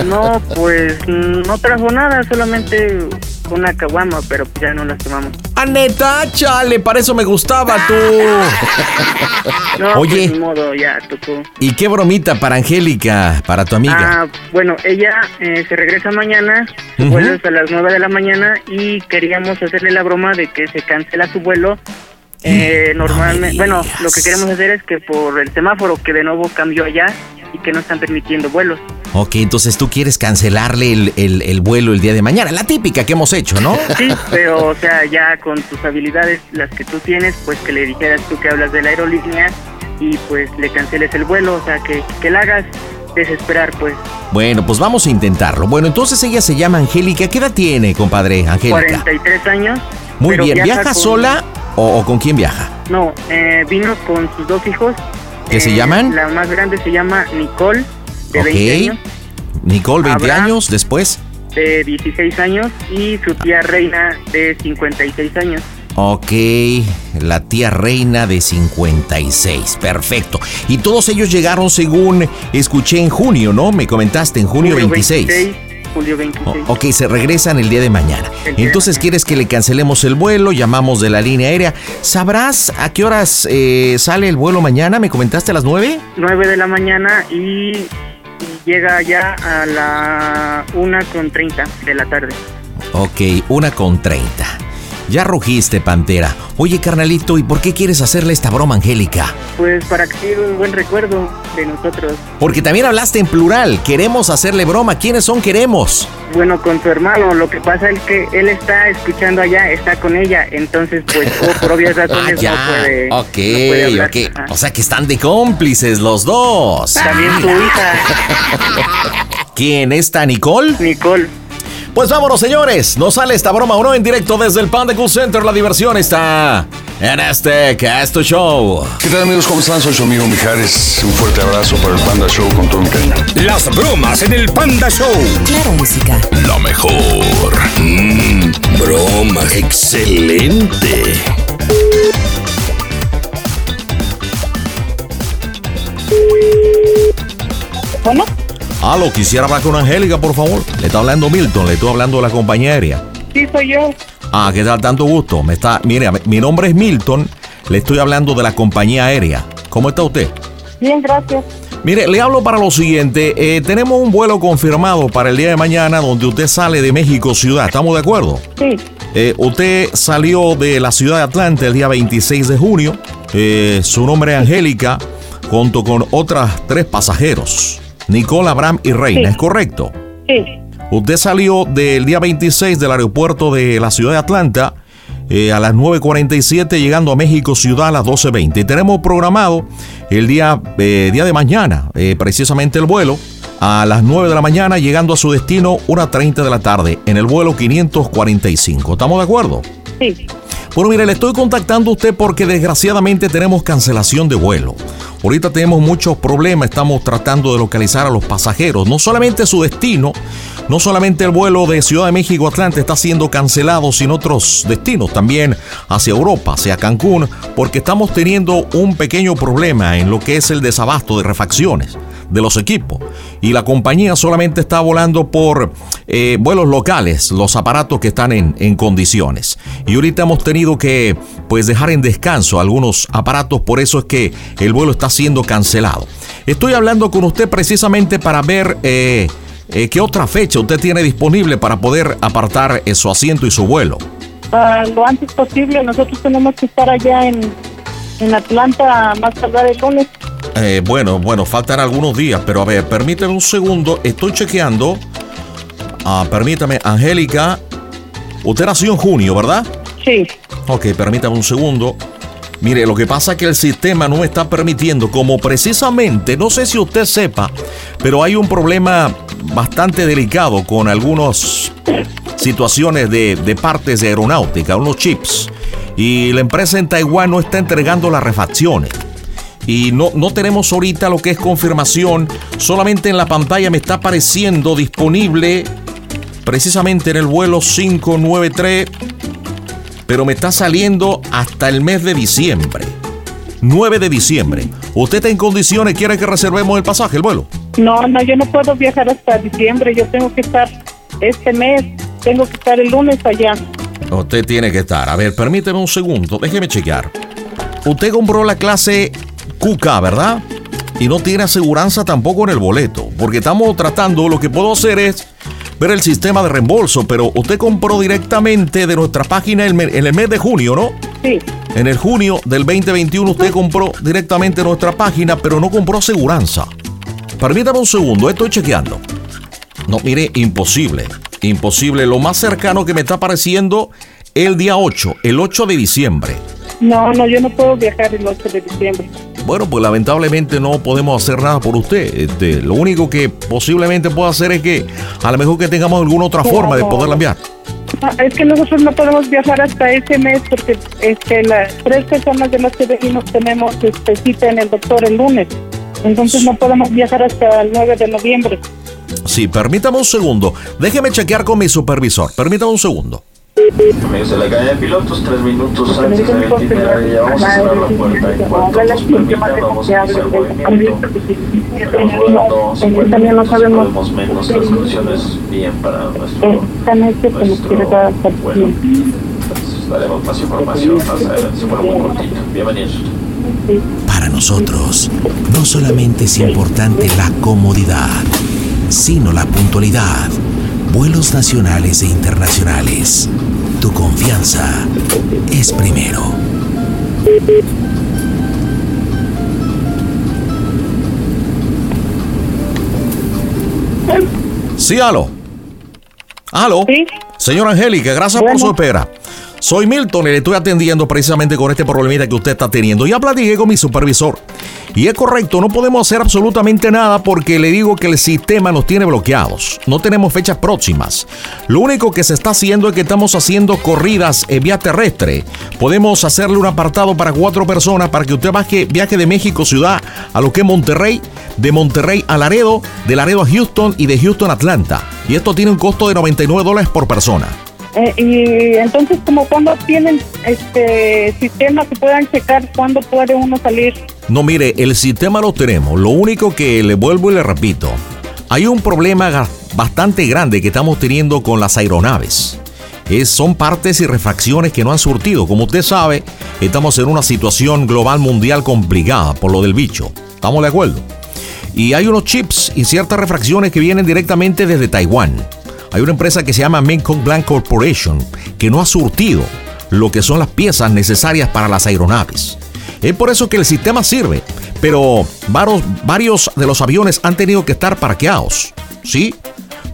Speaker 5: No, pues no trajo nada, solamente una caguama, pero ya no las tomamos.
Speaker 2: ¡Ah, neta! ¡Chale! Para eso me gustaba tú.
Speaker 5: No,
Speaker 2: Oye.
Speaker 5: pues, ni modo, ya tocó.
Speaker 2: ¿Y qué bromita para Angélica, para tu amiga?
Speaker 5: Ah, bueno, ella eh, se regresa mañana, su
Speaker 2: Ujú.
Speaker 5: vuelo es a las 9 de la mañana y queríamos hacerle la broma de que se cancela su vuelo. Eh,
Speaker 2: no me
Speaker 5: normalmente, bueno,
Speaker 2: digas.
Speaker 5: lo que queremos hacer es que por el semáforo que de nuevo cambió allá y que no están permitiendo vuelos.
Speaker 2: Ok, entonces tú quieres cancelarle el, el- el vuelo el día de mañana. La típica que hemos hecho, ¿no?
Speaker 5: Sí, pero o sea, ya con tus habilidades, las que tú tienes, pues que le dijeras tú que hablas de la aerolínea y pues le canceles el vuelo, o sea, que, que la hagas desesperar, pues.
Speaker 2: Bueno, pues vamos a intentarlo. Bueno, entonces ella se llama Angélica. ¿Qué edad tiene, compadre? Angélica.
Speaker 5: 43 años.
Speaker 2: Muy
Speaker 5: pero
Speaker 2: bien. ¿Viaja,
Speaker 5: con-
Speaker 2: sola o, o con quién viaja?
Speaker 5: No, eh, vino con sus dos hijos.
Speaker 2: ¿Qué se
Speaker 5: Eh,
Speaker 2: llaman?
Speaker 5: La más grande se llama Nicole, de
Speaker 2: Ok.
Speaker 5: 20 años,
Speaker 2: Nicole, 20
Speaker 5: Abraham.
Speaker 2: años después.
Speaker 5: de 16 años, y su tía Reina, de 56 años.
Speaker 2: Ok, la tía reina de 56, perfecto. Y todos ellos llegaron según escuché en junio, ¿no? Me comentaste, en junio 26.
Speaker 5: julio
Speaker 4: Oh,
Speaker 2: O-
Speaker 5: 26.
Speaker 2: ok, se regresan el día de mañana.
Speaker 5: El día
Speaker 2: Entonces
Speaker 5: de mañana.
Speaker 2: quieres que le cancelemos el vuelo, llamamos de la línea aérea. ¿Sabrás a qué horas eh, sale el vuelo mañana? ¿Me comentaste a las 9?
Speaker 5: 9 de la mañana y, y llega ya a la 1 con 30 de la tarde.
Speaker 2: Ok, una con 30.
Speaker 4: Ya rugiste, Pantera. Oye, carnalito, ¿y por qué quieres hacerle esta broma, Angélica?
Speaker 11: Pues para que quede un buen recuerdo de nosotros.
Speaker 4: Porque también hablaste en plural. Queremos hacerle broma. ¿Quiénes son queremos?
Speaker 11: Bueno, con su hermano, lo que pasa es que él está escuchando allá, está con ella, entonces pues oh, por obvias
Speaker 4: Ah,
Speaker 11: razones
Speaker 4: ya.
Speaker 11: no puede. no
Speaker 4: ok,
Speaker 11: puede hablar.
Speaker 4: ok. O sea que están de cómplices los dos. Ah,
Speaker 11: También su hija,
Speaker 4: ¿Quién está, Nicole?
Speaker 11: Nicole.
Speaker 4: Pues vámonos, señores. Nos sale esta broma o no en directo desde el Panda Cool Center. La diversión está en este Casto Show.
Speaker 12: ¿Qué tal amigos? ¿Cómo están? Soy su amigo Mijares. Un fuerte abrazo para el Panda Show con todo mi cariño.
Speaker 9: Las bromas en el Panda Show.
Speaker 13: Claro, música.
Speaker 9: La mejor. Mm, broma excelente.
Speaker 4: ¿Cómo? Aló, Ah, quisiera hablar con Angélica, por favor. Le está hablando Milton, le estoy hablando de la compañía aérea.
Speaker 11: Sí, soy yo.
Speaker 4: Ah, ¿qué tal? Tanto gusto. Me está, mire, mi nombre es Milton, le estoy hablando de la compañía aérea. ¿Cómo está usted?
Speaker 11: Bien, gracias.
Speaker 4: Mire, le hablo para lo siguiente. Eh, tenemos un vuelo confirmado para el día de mañana donde usted sale de México Ciudad. ¿Estamos de acuerdo?
Speaker 11: Sí,
Speaker 4: Eh, usted salió de la ciudad de Atlanta el día 26 de junio. Eh, su nombre es Angélica, junto con otras tres pasajeros, Nicole, Abraham y Reina.
Speaker 11: Sí.
Speaker 4: ¿Es correcto?
Speaker 11: sí,
Speaker 4: Usted salió del día 26 del aeropuerto de la ciudad de Atlanta eh, a las 9.47 llegando a México Ciudad a las 12.20. Y tenemos programado el día, eh, día de mañana, eh, precisamente el vuelo, a las 9 de la mañana llegando a su destino 1.30 de la tarde en el vuelo 545. ¿Estamos de acuerdo?
Speaker 11: sí.
Speaker 4: Bueno, mire, le estoy contactando a usted porque desgraciadamente tenemos cancelación de vuelo. Ahorita tenemos muchos problemas, estamos tratando de localizar a los pasajeros. No solamente su destino, no solamente el vuelo de Ciudad de México a Atlanta está siendo cancelado, sino otros destinos también hacia Europa, hacia Cancún, porque estamos teniendo un pequeño problema en lo que es el desabasto de refacciones de los equipos. Y la compañía solamente está volando por eh, vuelos locales, los aparatos que están en, en condiciones. Y ahorita hemos tenido que pues dejar en descanso algunos aparatos, por eso es que el vuelo está siendo cancelado. Estoy hablando con usted precisamente para ver eh, eh, qué otra fecha usted tiene disponible para poder apartar eh, su asiento y su vuelo.
Speaker 14: Ah, lo antes posible. Nosotros tenemos que estar allá en, en Atlanta más tardar el lunes.
Speaker 4: Eh, bueno, bueno, faltan algunos días, pero a ver, permíteme un segundo, estoy chequeando. Ah, permítame, Angélica, usted nació en junio, ¿verdad?
Speaker 11: Sí.
Speaker 4: Ok, permítame un segundo. Mire, lo que pasa es que el sistema no me está permitiendo, como precisamente, no sé si usted sepa, pero hay un problema bastante delicado con algunas situaciones de, de partes de aeronáutica, unos chips. Y la empresa en Taiwán no está entregando las refacciones y no, no tenemos ahorita lo que es confirmación. Solamente en la pantalla me está apareciendo disponible precisamente en el vuelo 593, pero me está saliendo hasta el mes de diciembre. 9 de diciembre. ¿Usted está en condiciones? ¿Quiere que reservemos el pasaje, el vuelo?
Speaker 14: No, no, yo no puedo viajar hasta diciembre. Yo tengo que estar este mes. Tengo que estar el lunes allá.
Speaker 4: Usted tiene que estar. A ver, permíteme un segundo. Déjeme chequear. Usted compró la clase QK, ¿verdad? Y no tiene aseguranza tampoco en el boleto. Porque estamos tratando, lo que puedo hacer es ver el sistema de reembolso. Pero usted compró directamente de nuestra página el me- en el mes de junio, ¿no?
Speaker 14: Sí.
Speaker 4: En el junio del 2021 usted compró directamente nuestra página, pero no compró aseguranza. Permítame un segundo, estoy chequeando. No, mire, imposible. Imposible. Lo más cercano que me está apareciendo el día 8, el 8 de diciembre.
Speaker 14: No, no, yo no puedo viajar el 8 de diciembre.
Speaker 4: Bueno, pues lamentablemente no podemos hacer nada por usted. Este, lo único que posiblemente puedo hacer es que a lo mejor que tengamos alguna otra
Speaker 14: Claro.
Speaker 4: forma de poderla enviar.
Speaker 14: Ah, Es que nosotros no podemos viajar hasta ese mes porque este, las tres personas de las que venimos tenemos este, cita en el doctor el lunes. Entonces no podemos viajar hasta el 9 de noviembre.
Speaker 4: Sí, permítame un segundo. Déjeme chequear con mi supervisor. Permítame un segundo.
Speaker 15: Desde la calle de pilotos, tres minutos antes del itinerario, ya vamos a cerrar la puerta. En cuanto nos permitan, vamos a iniciar movimiento. Rodando 50
Speaker 14: también no
Speaker 15: minutos, si
Speaker 14: sabemos.
Speaker 15: pues, podemos menos, las condiciones bien para nuestro...
Speaker 14: Esta noche que nos quiere dar hasta el
Speaker 15: Bueno, entonces daremos más información más adelante, bueno, muy cortito. Bienvenidos.
Speaker 2: Para nosotros, no solamente es importante la comodidad, sino la puntualidad. Vuelos nacionales e internacionales.
Speaker 13: tu confianza es primero.
Speaker 4: Sí, aló. Aló. Señora Angélica, gracias por su espera. Soy Milton y le estoy atendiendo precisamente con este problemita que usted está teniendo. Ya platiqué con mi supervisor. Y es correcto, no podemos hacer absolutamente nada porque le digo que el sistema nos tiene bloqueados. No tenemos fechas próximas. Lo único que se está haciendo es que estamos haciendo corridas en vía terrestre. Podemos hacerle un apartado para cuatro personas para que usted baje- viaje de México ciudad a lo que es Monterrey, de Monterrey a Laredo, de Laredo a Houston y de Houston a Atlanta. Y esto tiene un costo de 99 dólares por persona.
Speaker 14: Eh, y entonces, como cuando tienen este sistema que puedan checar cuándo puede uno salir.
Speaker 4: No, mire, el sistema lo tenemos. Lo único que le vuelvo y le repito, hay un problema ga- bastante grande que estamos teniendo con las aeronaves. Es- son partes y refacciones que no han surtido. Como usted sabe, estamos en una situación global mundial complicada por lo del bicho. ¿Estamos de acuerdo? Y hay unos chips y ciertas refracciones que vienen directamente desde Taiwán. Hay una empresa que se llama Mekong Blanc Corporation que no ha surtido lo que son las piezas necesarias para las aeronaves. Es por eso que el sistema sirve, pero varos- varios, de los aviones han tenido que estar parqueados, ¿sí?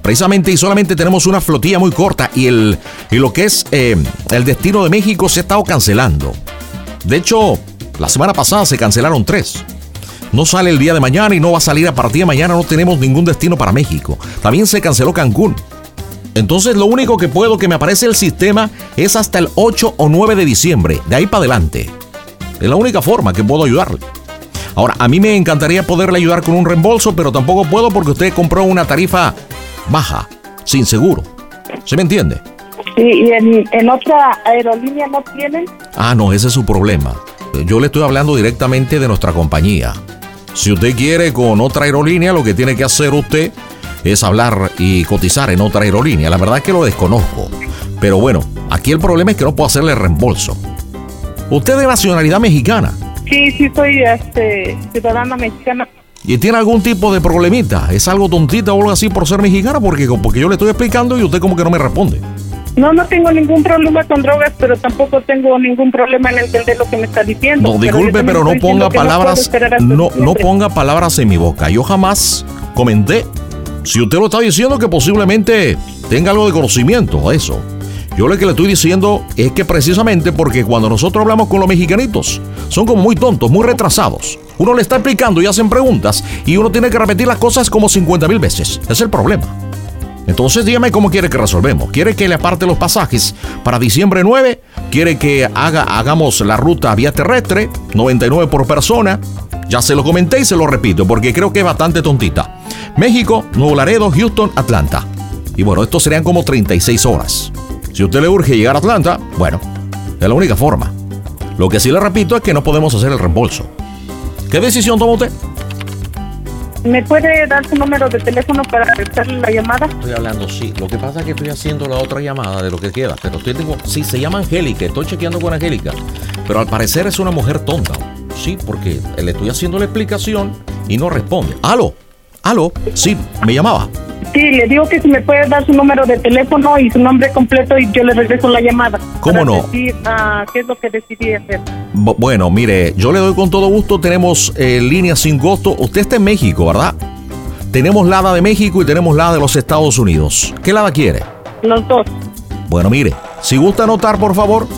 Speaker 4: Precisamente y solamente tenemos una flotilla muy corta y, el, y lo que es eh, el destino de México se ha estado cancelando. De hecho, la semana pasada se cancelaron tres. No sale el día de mañana y no va a salir a partir de mañana, no tenemos ningún destino para México. También se canceló Cancún. Entonces lo único que puedo que me aparece el sistema es hasta el 8 o 9 de diciembre, de ahí para adelante. Es la única forma que puedo ayudarle. Ahora, a mí me encantaría poderle ayudar con un reembolso, pero tampoco puedo porque usted compró una tarifa baja, sin seguro. ¿Se me entiende?
Speaker 14: Sí, y en, en otra aerolínea no tienen.
Speaker 4: Ah, no, ese es su problema. Yo le estoy hablando directamente de nuestra compañía. Si usted quiere con otra aerolínea, lo que tiene que hacer usted es hablar y cotizar en otra aerolínea. La verdad es que lo desconozco. Pero bueno, aquí el problema es que no puedo hacerle reembolso. Usted es de nacionalidad mexicana
Speaker 14: Sí, sí, soy este, ciudadana mexicana.
Speaker 4: y tiene algún tipo de problemita. Es algo tontita o algo así por ser mexicana porque, porque yo le estoy explicando y usted como que no me responde.
Speaker 14: No, no tengo ningún problema con drogas, pero tampoco tengo ningún problema en entender lo que me está diciendo.
Speaker 4: No,
Speaker 14: Pero yo
Speaker 4: disculpe,
Speaker 14: también
Speaker 4: pero no
Speaker 14: estoy diciendo
Speaker 4: ponga
Speaker 14: que no puedo
Speaker 4: palabras.
Speaker 14: esperar hasta
Speaker 4: No, no
Speaker 14: septiembre.
Speaker 4: ponga palabras en mi boca. Yo jamás comenté. Si usted lo está diciendo, que posiblemente tenga algo de conocimiento a eso. Yo lo que le estoy diciendo es que precisamente porque cuando nosotros hablamos con los mexicanitos, son como muy tontos, muy retrasados. Uno le está explicando y hacen preguntas y uno tiene que repetir las cosas como 50 mil veces. Es el problema. Entonces dígame cómo quiere que resolvemos. ¿Quiere que le aparte los pasajes para diciembre 9? ¿Quiere que haga, hagamos la ruta vía terrestre? 99 por persona. Ya se lo comenté y se lo repito porque creo que es bastante tontita. México, Nuevo Laredo, Houston, Atlanta. Y bueno, esto serían como 36 horas. Si a usted le urge llegar a Atlanta, bueno, es la única forma. Lo que sí le repito es que no podemos hacer el reembolso. ¿Qué decisión toma usted?
Speaker 14: ¿Me puede dar su número de teléfono para regresarle la llamada?
Speaker 4: Estoy hablando, sí. Lo que pasa es que estoy haciendo la otra llamada de lo que queda. Pero estoy digo, sí, se llama Angélica. Estoy chequeando con Angélica. Pero al parecer es una mujer tonta. Sí, porque le estoy haciendo la explicación y no responde. ¿Aló? ¿Aló? Sí, me llamaba.
Speaker 14: Sí, le digo que si me puede dar su número de teléfono y su nombre completo y yo le regreso la llamada.
Speaker 4: ¿Cómo
Speaker 14: Para
Speaker 4: no?
Speaker 14: decir, ah, ¿Qué es lo que decidí hacer?
Speaker 4: Bu- bueno, mire, yo le doy con todo gusto. Tenemos eh, línea sin costo. Usted está en México, ¿verdad? Tenemos lada de México y tenemos lada de los Estados Unidos. ¿Qué lada quiere?
Speaker 14: Los dos.
Speaker 4: Bueno, mire, si gusta anotar, por favor,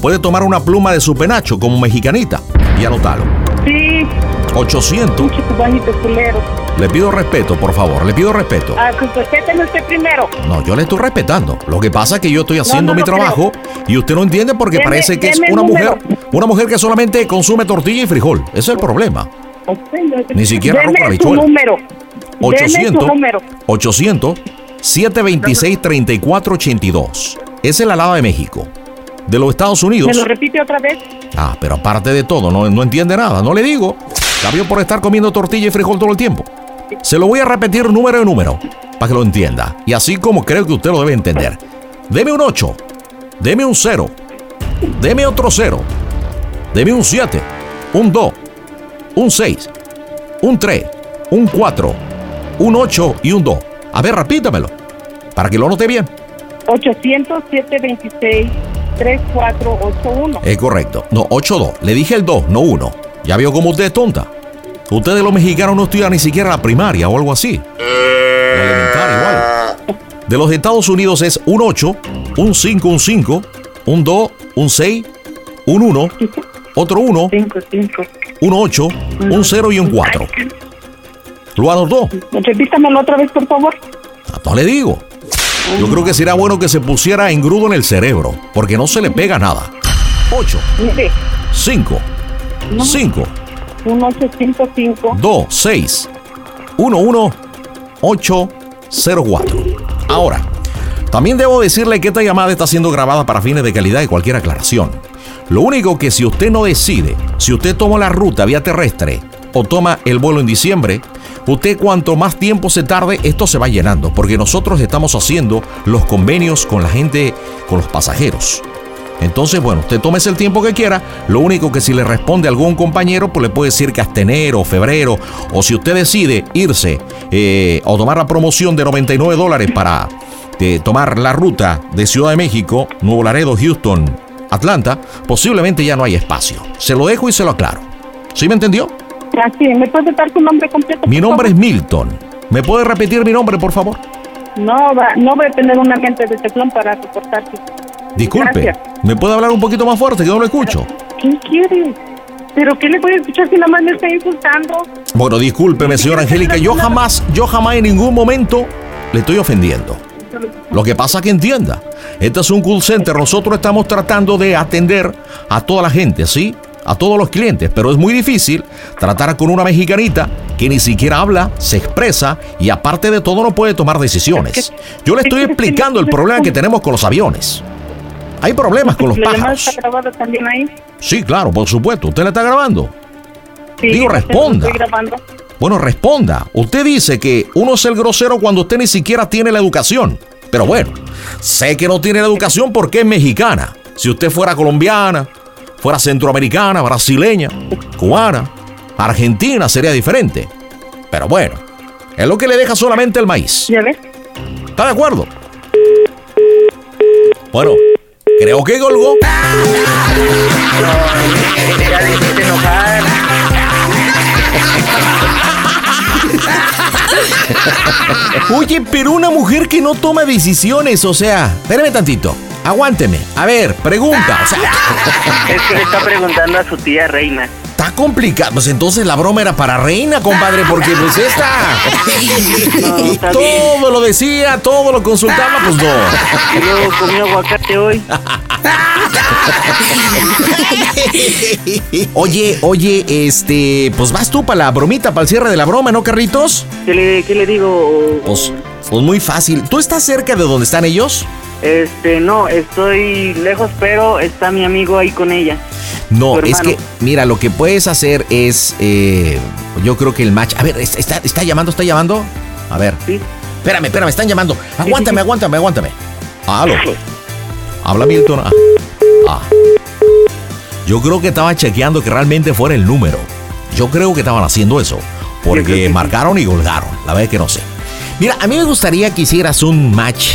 Speaker 4: puede tomar una pluma de su penacho como mexicanita y anotarlo.
Speaker 14: Sí,
Speaker 4: 800.
Speaker 14: cubanito culero.
Speaker 4: Le pido respeto, por favor, le pido respeto.
Speaker 14: Ah, pues respéteme usted primero.
Speaker 4: No, yo le estoy respetando. Lo que pasa es que yo estoy haciendo
Speaker 14: no
Speaker 4: mi
Speaker 14: lo
Speaker 4: trabajo y usted no entiende porque
Speaker 14: Deme-
Speaker 4: parece que es
Speaker 14: deme el
Speaker 4: una
Speaker 14: número.
Speaker 4: mujer, una mujer que solamente consume tortilla y frijol. Ese es el problema. Ni siquiera arroz con
Speaker 14: Deme su
Speaker 4: habichuela.
Speaker 14: número. Deme
Speaker 4: 800
Speaker 14: su número.
Speaker 4: 800 726 3482. Esa es la lava de México. De los Estados
Speaker 14: ¿Me
Speaker 4: Unidos.
Speaker 14: lo repite otra vez?
Speaker 4: Ah, pero aparte de todo, no, no entiende nada, no le digo. Cambió por estar comiendo tortilla y frijol todo el tiempo. Se lo voy a repetir número y número, para que lo entienda. Y así como creo que usted lo debe entender. Deme un 8, deme un 0, deme otro 0, deme un 7, un 2, un 6, un 3, un 4, un 8 y un 2. A ver, repítamelo, para que lo note bien.
Speaker 14: 800-726-3481.
Speaker 4: Es correcto. No, 8-2. Le dije el 2, no 1. Ya vio cómo usted es tonta. Ustedes los mexicanos no estudian ni siquiera la primaria o algo así. La elemental igual. De los Estados Unidos es un 8, un 5, un 5, un 2, un 6, un 1, otro 1, un 8, un 0 y un 4. ¿Lo anotó?
Speaker 14: Repítamelo otra vez, por favor.
Speaker 4: No le digo. Yo creo que será bueno que se pusiera engrudo en el cerebro, porque no se le pega nada. 8, 5, 5,
Speaker 14: 1855.
Speaker 4: 2, 6, 1, 1, 8, 0, 4. Ahora, también debo decirle que esta llamada está siendo grabada para fines de calidad y cualquier aclaración. Lo único que si usted no decide, si usted toma la ruta vía terrestre o toma el vuelo en diciembre, usted cuanto más tiempo se tarde, esto se va llenando, porque nosotros estamos haciendo los convenios con la gente, con los pasajeros. Entonces, bueno, usted tómese el tiempo que quiera. Lo único que si le responde algún compañero, pues le puede decir que hasta enero, febrero, o si usted decide irse eh, o tomar la promoción de 99 dólares para eh, tomar la ruta de Ciudad de México, Nuevo Laredo, Houston, Atlanta, posiblemente ya no hay espacio. Se lo dejo y se lo aclaro. ¿Sí me entendió?
Speaker 14: Así, Ah, ¿me puedes dar tu nombre completo?
Speaker 4: Mi nombre es Milton. ¿Me puede repetir mi nombre, por favor?
Speaker 14: No, va, no voy a tener una mente de teflón para soportarte.
Speaker 4: Disculpe,
Speaker 14: Gracias.
Speaker 4: ¿me puede hablar un poquito más fuerte que no lo escucho?
Speaker 14: ¿Qué quieres? ¿Pero qué le voy a escuchar si nada más me está insultando?
Speaker 4: Bueno, discúlpeme, señora Angélica, yo jamás, yo jamás en ningún momento le estoy ofendiendo. Lo que pasa que entienda, este es un call center, nosotros estamos tratando de atender a toda la gente, ¿sí? A todos los clientes, pero es muy difícil tratar con una mexicanita que ni siquiera habla, se expresa y aparte de todo no puede tomar decisiones. Yo le estoy explicando el problema que tenemos con los aviones. Hay problemas con los
Speaker 14: ¿La llamada
Speaker 4: pájaros.
Speaker 14: está grabada también ahí?
Speaker 4: Sí, claro, por supuesto, usted la está grabando.
Speaker 14: Sí,
Speaker 4: Digo,
Speaker 14: yo sé,
Speaker 4: responda.
Speaker 14: Estoy grabando.
Speaker 4: Bueno, responda. Usted dice que uno es el grosero cuando usted ni siquiera tiene la educación. Pero bueno, sé que no tiene la educación porque es mexicana. Si usted fuera colombiana, fuera centroamericana, brasileña, cubana, argentina, sería diferente. Pero bueno, es lo que le deja solamente el maíz. ¿Está de acuerdo? Bueno, creo que colgó. Oye, pero una mujer que no toma decisiones, o sea, espérame tantito. Aguánteme. A ver, pregunta. O sea,
Speaker 11: Es que le está preguntando a su tía reina.
Speaker 4: está complicado. Pues entonces la broma era para reina, compadre, porque pues esta.
Speaker 11: No, está bien.
Speaker 4: Todo lo decía, todo lo consultaba, pues no.
Speaker 11: Y luego comió aguacate hoy.
Speaker 4: Oye, oye, este, pues vas tú para la bromita, para el cierre de la broma, ¿no, Carritos?
Speaker 11: ¿Qué le, qué le digo?
Speaker 4: Pues, pues muy fácil. ¿Tú estás cerca de donde están ellos?
Speaker 11: Este, no, estoy lejos, pero está mi amigo ahí con ella.
Speaker 4: No,
Speaker 11: Tu
Speaker 4: es
Speaker 11: hermano.
Speaker 4: que, mira, lo que puedes hacer es, eh, yo creo que el match... A ver, es- está, está llamando, está llamando. A ver. Espérame, espérame, están llamando. Aguántame, aguántame, aguántame. Aló. Habla Milton. Ah. Ah. Yo creo que estaba chequeando que realmente fuera el número. Yo creo que estaban haciendo eso. Porque marcaron y colgaron. La vez que no sé. Mira, a mí me gustaría que hicieras un match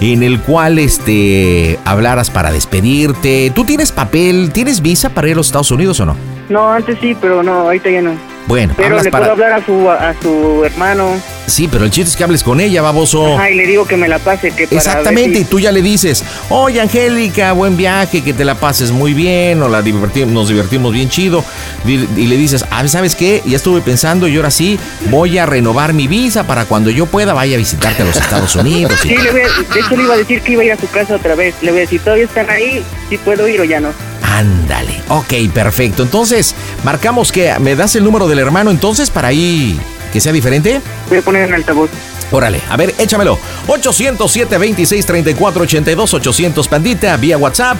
Speaker 4: en el cual este hablaras para despedirte. ¿Tú tienes papel? ¿Tienes visa para ir a los Estados Unidos o no?
Speaker 11: No, antes sí, pero no, ahorita ya no.
Speaker 4: Bueno,
Speaker 11: Pero
Speaker 4: hablas
Speaker 11: le
Speaker 4: para.
Speaker 11: puedo hablar a su, a su hermano.
Speaker 4: Sí, pero el chiste es que hables con ella, baboso.
Speaker 11: Ajá, y le digo que me la pase. Que para
Speaker 4: Exactamente, y
Speaker 11: ver
Speaker 4: tú ya le dices, oye Angélica, buen viaje, que te la pases muy bien, o la diverti- nos divertimos bien chido. Di- Y, le dices, "Ah, ¿sabes qué? Ya estuve pensando y ahora sí voy a renovar mi visa para cuando yo pueda vaya a visitarte a los Estados Unidos.
Speaker 11: si-
Speaker 4: y
Speaker 11: Sí, le voy a- de hecho le iba a decir que iba a ir a su casa otra vez. Le voy a decir, ¿todavía están ahí? ¿Sí puedo ir o ya no?
Speaker 4: Ándale. Ok, perfecto. Entonces, marcamos que me das el número del hermano entonces para ahí que sea diferente.
Speaker 11: Voy a poner en altavoz.
Speaker 4: Órale, a ver, échamelo. 807 26 34 82 800 Pandita vía WhatsApp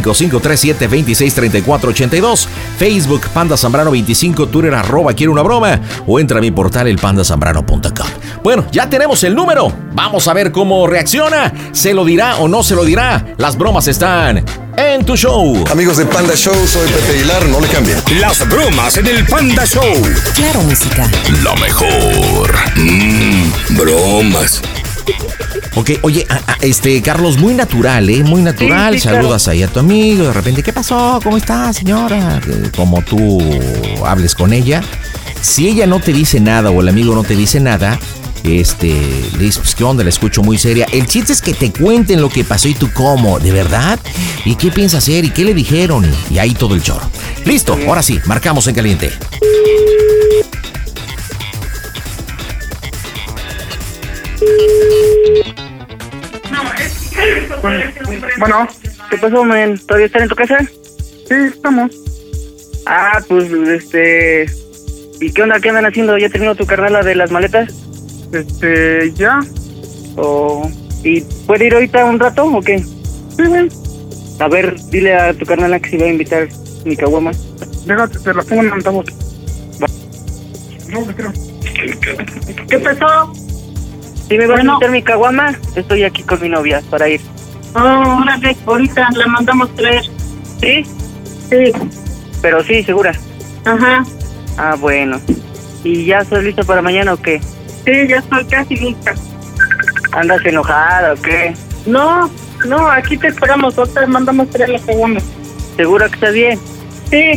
Speaker 4: 5537 26 34 82 Facebook Panda Zambrano 25 Twitter arroba quiero una broma o entra a mi portal elpandasambrano.com. Bueno, ya tenemos el número. Vamos a ver cómo reacciona. ¿Se lo dirá o no se lo dirá? Las bromas están en tu show.
Speaker 12: Amigos de Panda Show, soy Pepe Hilar, no le cambien.
Speaker 9: Las bromas en el Panda Show.
Speaker 16: Claro, música.
Speaker 9: Lo mejor. Mm, bromas.
Speaker 4: Ok, oye, a- a- este, Carlos, muy natural, ¿eh? Muy natural.
Speaker 17: Sí, sí, claro.
Speaker 4: Saludas ahí a tu amigo, de repente, ¿qué pasó? ¿Cómo está, señora? Eh, Como tú hables con ella. Si ella no te dice nada o el amigo no te dice nada, este, le dices, pues, ¿qué onda? La escucho muy seria. El chiste es que te cuenten lo que pasó y tú cómo, ¿de verdad? ¿Y qué piensa hacer? ¿Y qué le dijeron? Y ahí todo el chorro. Listo, ahora sí, marcamos en caliente.
Speaker 5: Bueno, ¿qué pasó, men? ¿Todavía están en tu casa? Sí, estamos. Ah, pues, este... ¿Y qué onda? ¿Qué andan haciendo? ¿Ya terminó tu carnala de las maletas? Este, ya. Oh, ¿Y puede ir ahorita un rato o qué? Sí, A ver, dile a tu carnala que si va a invitar mi caguama. Déjate, te la pongo en altavoz. ¿Qué pasó? ¿Sí me vas a invitar mi caguama? Estoy aquí con mi novia para ir.
Speaker 14: Oh, órale, ahorita la mandamos traer.
Speaker 5: ¿Sí?
Speaker 14: Sí.
Speaker 5: Pero sí, segura.
Speaker 14: Ajá.
Speaker 5: Ah, bueno. ¿Y ya estás lista para mañana o qué?
Speaker 14: Sí, ya estoy casi lista.
Speaker 5: ¿Andas enojada o qué?
Speaker 14: No, no, aquí te esperamos. Otra mandamos traer la segunda.
Speaker 5: ¿Segura que estás bien?
Speaker 14: Sí,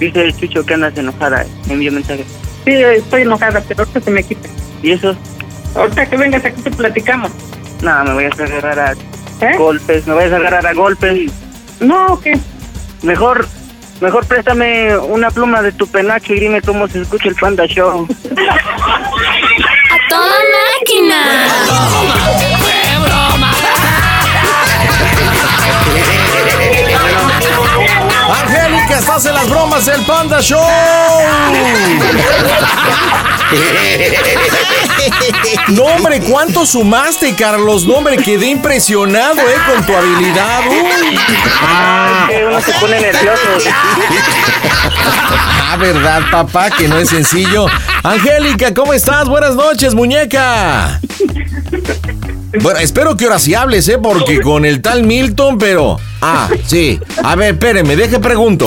Speaker 5: Dice el Chucho que andas enojada. Me envió mensaje.
Speaker 14: sí, estoy enojada, pero ahorita se me quita.
Speaker 5: ¿Y eso?
Speaker 14: Ahorita que vengas aquí te platicamos. ¿eh?
Speaker 5: No, me voy a agarrar a golpes. Me voy a agarrar a golpes.
Speaker 14: No, ¿qué?
Speaker 5: Mejor, mejor préstame una pluma de tu penacho y dime cómo se escucha el Panda Show.
Speaker 3: ¡A toda máquina!
Speaker 4: Angélica, estás en las bromas del Panda Show. No, hombre, ¿cuánto sumaste, Carlos? No, hombre, quedé impresionado, ¿eh? Con tu habilidad. Uy.
Speaker 5: Uno se pone nervioso.
Speaker 4: Ah, ¿verdad, papá? Que no es sencillo. Angélica, ¿cómo estás? Buenas noches, muñeca. Bueno, espero que ahora sí hables, ¿eh? Porque con el tal Milton, pero... Ah, sí. A ver, espérenme, deje pregunto.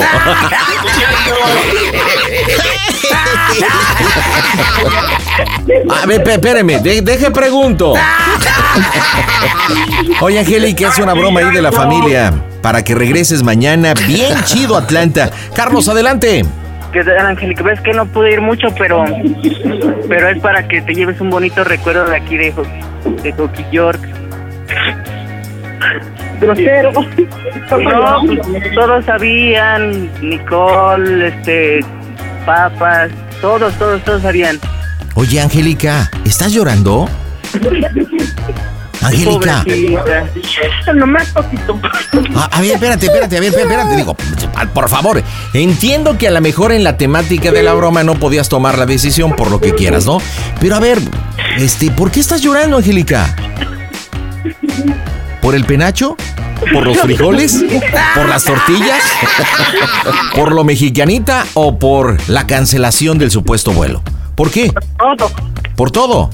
Speaker 4: A ver, pe- espéreme, de- deje pregunto. Oye, Angélica, es una broma ahí de la familia para que regreses mañana bien chido a Atlanta. Carlos, adelante.
Speaker 5: Que tal, Angélica, ves que no pude ir mucho, pero pero es para que te lleves un bonito recuerdo de aquí de, Ho- de Hockey York.
Speaker 14: Grosero.
Speaker 5: No, pues, todos sabían, Nicole, este, papas, todos, todos, todos sabían.
Speaker 4: Oye, Angélica, ¿estás llorando? Angélica.
Speaker 14: Pobrecita. Nomás poquito.
Speaker 4: A, a ver, espérate, espérate, a ver, espérate, espérate. Digo, por favor, entiendo que a lo mejor en la temática de la broma no podías tomar la decisión por lo que quieras, ¿no? Pero a ver, este, ¿por qué estás llorando, Angélica? ¿Por el penacho? ¿Por los frijoles? ¿Por las tortillas? ¿Por lo mexicanita o por la cancelación del supuesto vuelo? ¿Por qué?
Speaker 14: Todo.
Speaker 4: ¿Por todo?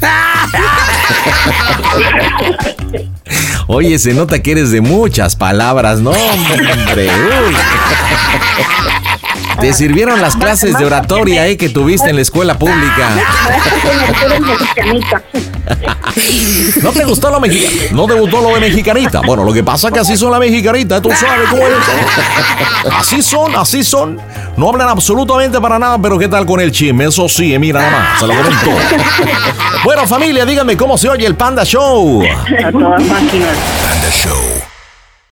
Speaker 4: Oye, se nota que eres de muchas palabras, ¿no? Hombre, uy. Te sirvieron las clases de oratoria eh, que tuviste en la escuela pública. ¿No te gustó lo mexicano? ¿No te gustó lo de mexicanita? Bueno, lo que pasa es que así son las mexicanitas, tú sabes cómo es. Así son, así son. No hablan absolutamente para nada, pero ¿qué tal con el chisme? Eso sí, eh, mira nada más, se lo comen todo. Bueno, familia, díganme cómo se oye el Panda Show.
Speaker 5: A todas máquinas.
Speaker 18: Panda Show